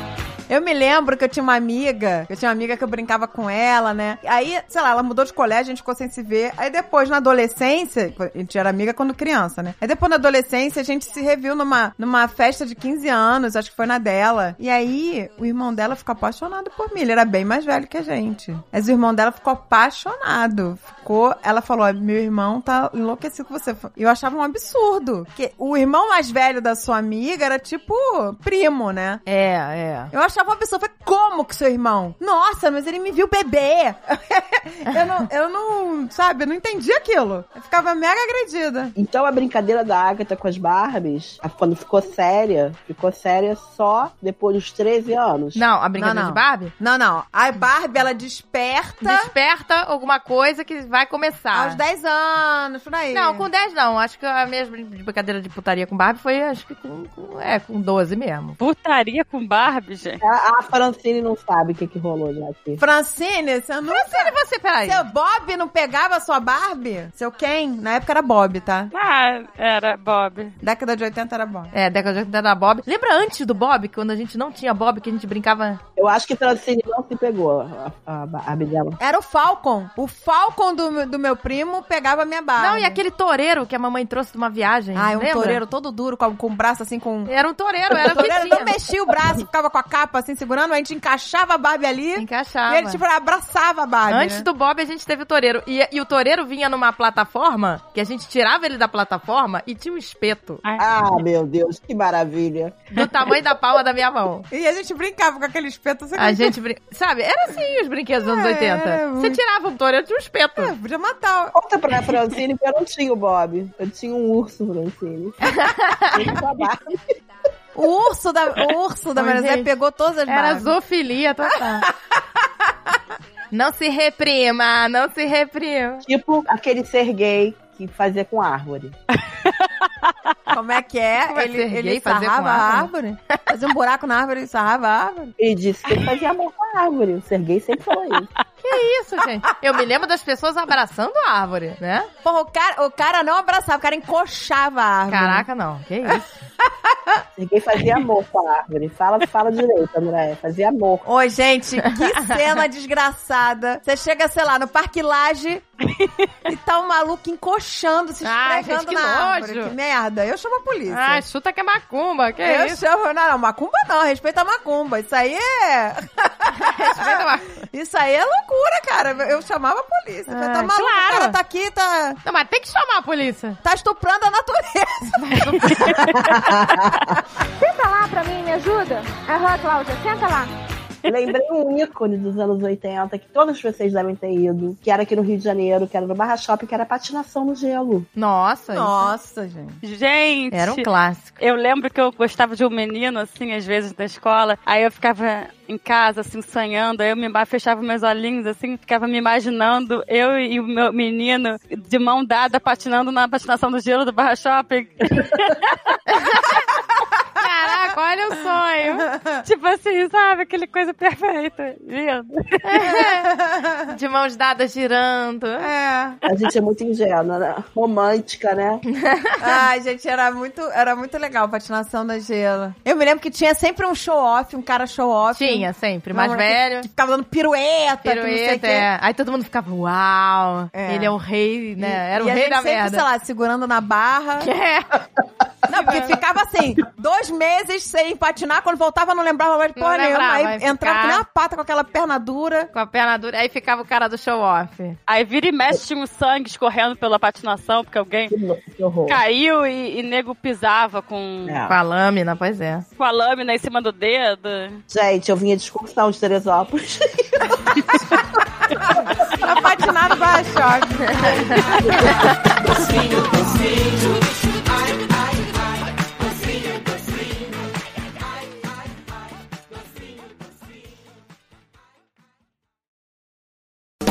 J: Eu me lembro que eu tinha uma amiga, eu tinha uma amiga que eu brincava com ela, né? Aí, sei lá, ela mudou de colégio, a gente ficou sem se ver. Aí depois, na adolescência, a gente era amiga quando criança, né? Aí depois, na adolescência, a gente se reviu numa, numa festa de 15 anos, acho que foi na dela. E aí, o irmão dela ficou apaixonado por mim, ele era bem mais velho que a gente. Mas o irmão dela ficou apaixonado. Ficou, ela falou, "Ó, meu irmão tá enlouquecido com você. Eu achava um absurdo, que o irmão mais velho da sua amiga era tipo primo, né?
A: É, é.
J: Eu achava uma pessoa, falei, como que seu irmão? Nossa, mas ele me viu bebê. eu, não, eu não, sabe, eu não entendi aquilo. Eu ficava mega agredida.
D: Então a brincadeira da Agatha com as Barbies, a- quando ficou séria, ficou séria só depois dos 13 anos.
A: Não, a brincadeira
J: Não, não.
A: de Barbie?
J: Não, não. A Barbie, ela desperta
A: Desperta alguma coisa que vai começar.
J: aos 10 anos, por aí.
A: Não, com 10 não. Acho que a minha brincadeira de putaria com Barbie foi, acho que com, com- é, com 12 mesmo.
C: Putaria com Barbie, gente.
D: A, a Francine não sabe o que, que rolou já aqui.
J: Francine, você nunca...
A: E você, peraí?
J: Seu Bob não pegava a sua Barbie? Seu quem? Na época era Bob, tá?
C: Ah, era Bob.
J: Década de 80 era Bob.
A: É, década de 80 da Bob. Lembra antes do Bob, quando a gente não tinha Bob, que a gente brincava...
D: Eu acho que Francine não se pegou, a, a Barbie dela.
J: Era o Falcon. O Falcon do, meu- do meu primo pegava a minha Barbie.
A: Não, e aquele toureiro que a mamãe trouxe de uma viagem,
J: né? Ah, é um
A: lembra?
J: toureiro todo duro, com, com o braço assim, com...
A: Era um toureiro, era
J: O toureiro
A: vizinho.
J: não mexia o braço, ficava com a capa assim segurando, a gente encaixava a Barbie ali
A: Encaixava.
J: e ele tipo abraçava a Barbie.
A: Antes
J: né?
A: do Bob, a gente teve o toureiro. E, e o toureiro vinha numa plataforma, que a gente tirava ele da plataforma e tinha um espeto
D: Ah, meu Deus, que maravilha.
A: do tamanho da palma da minha mão.
J: E a gente brincava com aquele espeto assim.
A: A gente. Brin... Sabe? Era assim os brinquedos dos anos
J: É,
A: 80.
J: era
A: Você
J: muito.
A: tirava o toureiro, tinha um espeto.
J: É, podia matar. o-
D: Conta pra Francine que eu não tinha o Bob. Eu tinha um urso, Francine. Ele com a Barbie.
J: O urso da, o urso da
A: Oi,
J: Maria Zé
A: gente.
J: pegou todas as
A: Era
J: Barbies.
A: zoofilia total. não se reprima, não se reprima.
D: Tipo aquele ser gay que fazia com árvore.
J: Como é que é?
A: Como é
J: ele
A: ser gay,
J: ele
A: fazer
J: sarrava
A: com
J: a
A: árvore?
J: árvore. Fazia um buraco na árvore e sarrava a árvore.
D: E disse que ele fazia amor com a árvore. O ser gay sempre falou isso.
A: Isso, gente. Eu me lembro das pessoas abraçando a árvore, né?
J: Porra, o cara, o cara não abraçava, o cara encoxava a árvore.
A: Caraca, não. Que isso.
D: Ninguém fazia amor com a árvore. Fala, fala direito, mulher. Fazia amor.
J: Oi, gente, que cena desgraçada. Você chega, sei lá, no Parque Laje e tá um maluco encoxando, se
A: Ai,
J: esfregando
A: gente, que
J: na árvore.
A: nojo.
J: Que merda. Eu chamo a polícia.
A: Ai, chuta que é macumba. Que
J: eu
A: isso.
J: chamo... Não, não, macumba não. Respeita a macumba. Isso aí é...
A: Respeita a macumba.
J: Isso aí é loucura, cara. Eu chamava a polícia. Eu falei, tá
A: Ah,
J: maluco,
A: claro.
J: o cara tá aqui, tá...
A: Não, mas tem que chamar a polícia.
J: Tá estuprando a natureza.
B: Senta lá pra mim, me ajuda. Aham, Cláudia, senta lá.
D: Lembrei um ícone dos anos 80 que todos vocês devem ter ido, que era aqui no Rio de Janeiro, que era no Barra Shopping, que era patinação no gelo.
A: Nossa, isso
J: Nossa, gente.
C: Gente!
A: era um clássico.
C: Eu lembro que eu gostava de um menino, assim, às vezes, da escola. Aí eu ficava em casa, assim, sonhando. Aí eu me ima- fechava meus olhinhos, assim, ficava me imaginando, eu e o meu menino, de mão dada, patinando na patinação do gelo do Barra Shopping. Caraca, olha o sonho. Tipo assim, sabe? Aquele coisa perfeita. Lindo.
A: De mãos dadas girando.
J: É.
D: A gente é muito ingênua, né? romântica, né?
J: Ai, gente, era muito, era muito legal a patinação da gelo. Eu me lembro que tinha sempre um show-off, um cara show-off.
A: Tinha sempre,
J: um
A: mais
J: moleque
A: velho.
J: Que ficava dando pirueta, que não sei o
A: Pirueta,
J: quê.
A: é. Aí todo mundo ficava, uau,
J: É.
A: ele é o rei, né? Era o
J: e a
A: rei
J: gente
A: da
J: sempre, sei
A: merda.
J: lá, segurando na barra.
A: É,
J: Não, porque ficava assim, dois meses sem patinar, quando voltava não lembrava mais de
A: Não
J: porra nenhuma.
A: lembrava,
J: Aí
A: vai
J: entrava
A: ficar.
J: que nem uma pata com aquela perna dura.
A: com a perna dura. Aí ficava o cara do show-off.
C: Aí vira e mexe, tinha um sangue escorrendo pela patinação, porque alguém
D: Que, no- que horror.
C: caiu e, e nego pisava com,
D: É.
A: Com a lâmina, pois é.
C: com a lâmina em cima do dedo.
D: Gente, eu vinha de excursão de Teresópolis.
J: Pra patinar no barra-choque.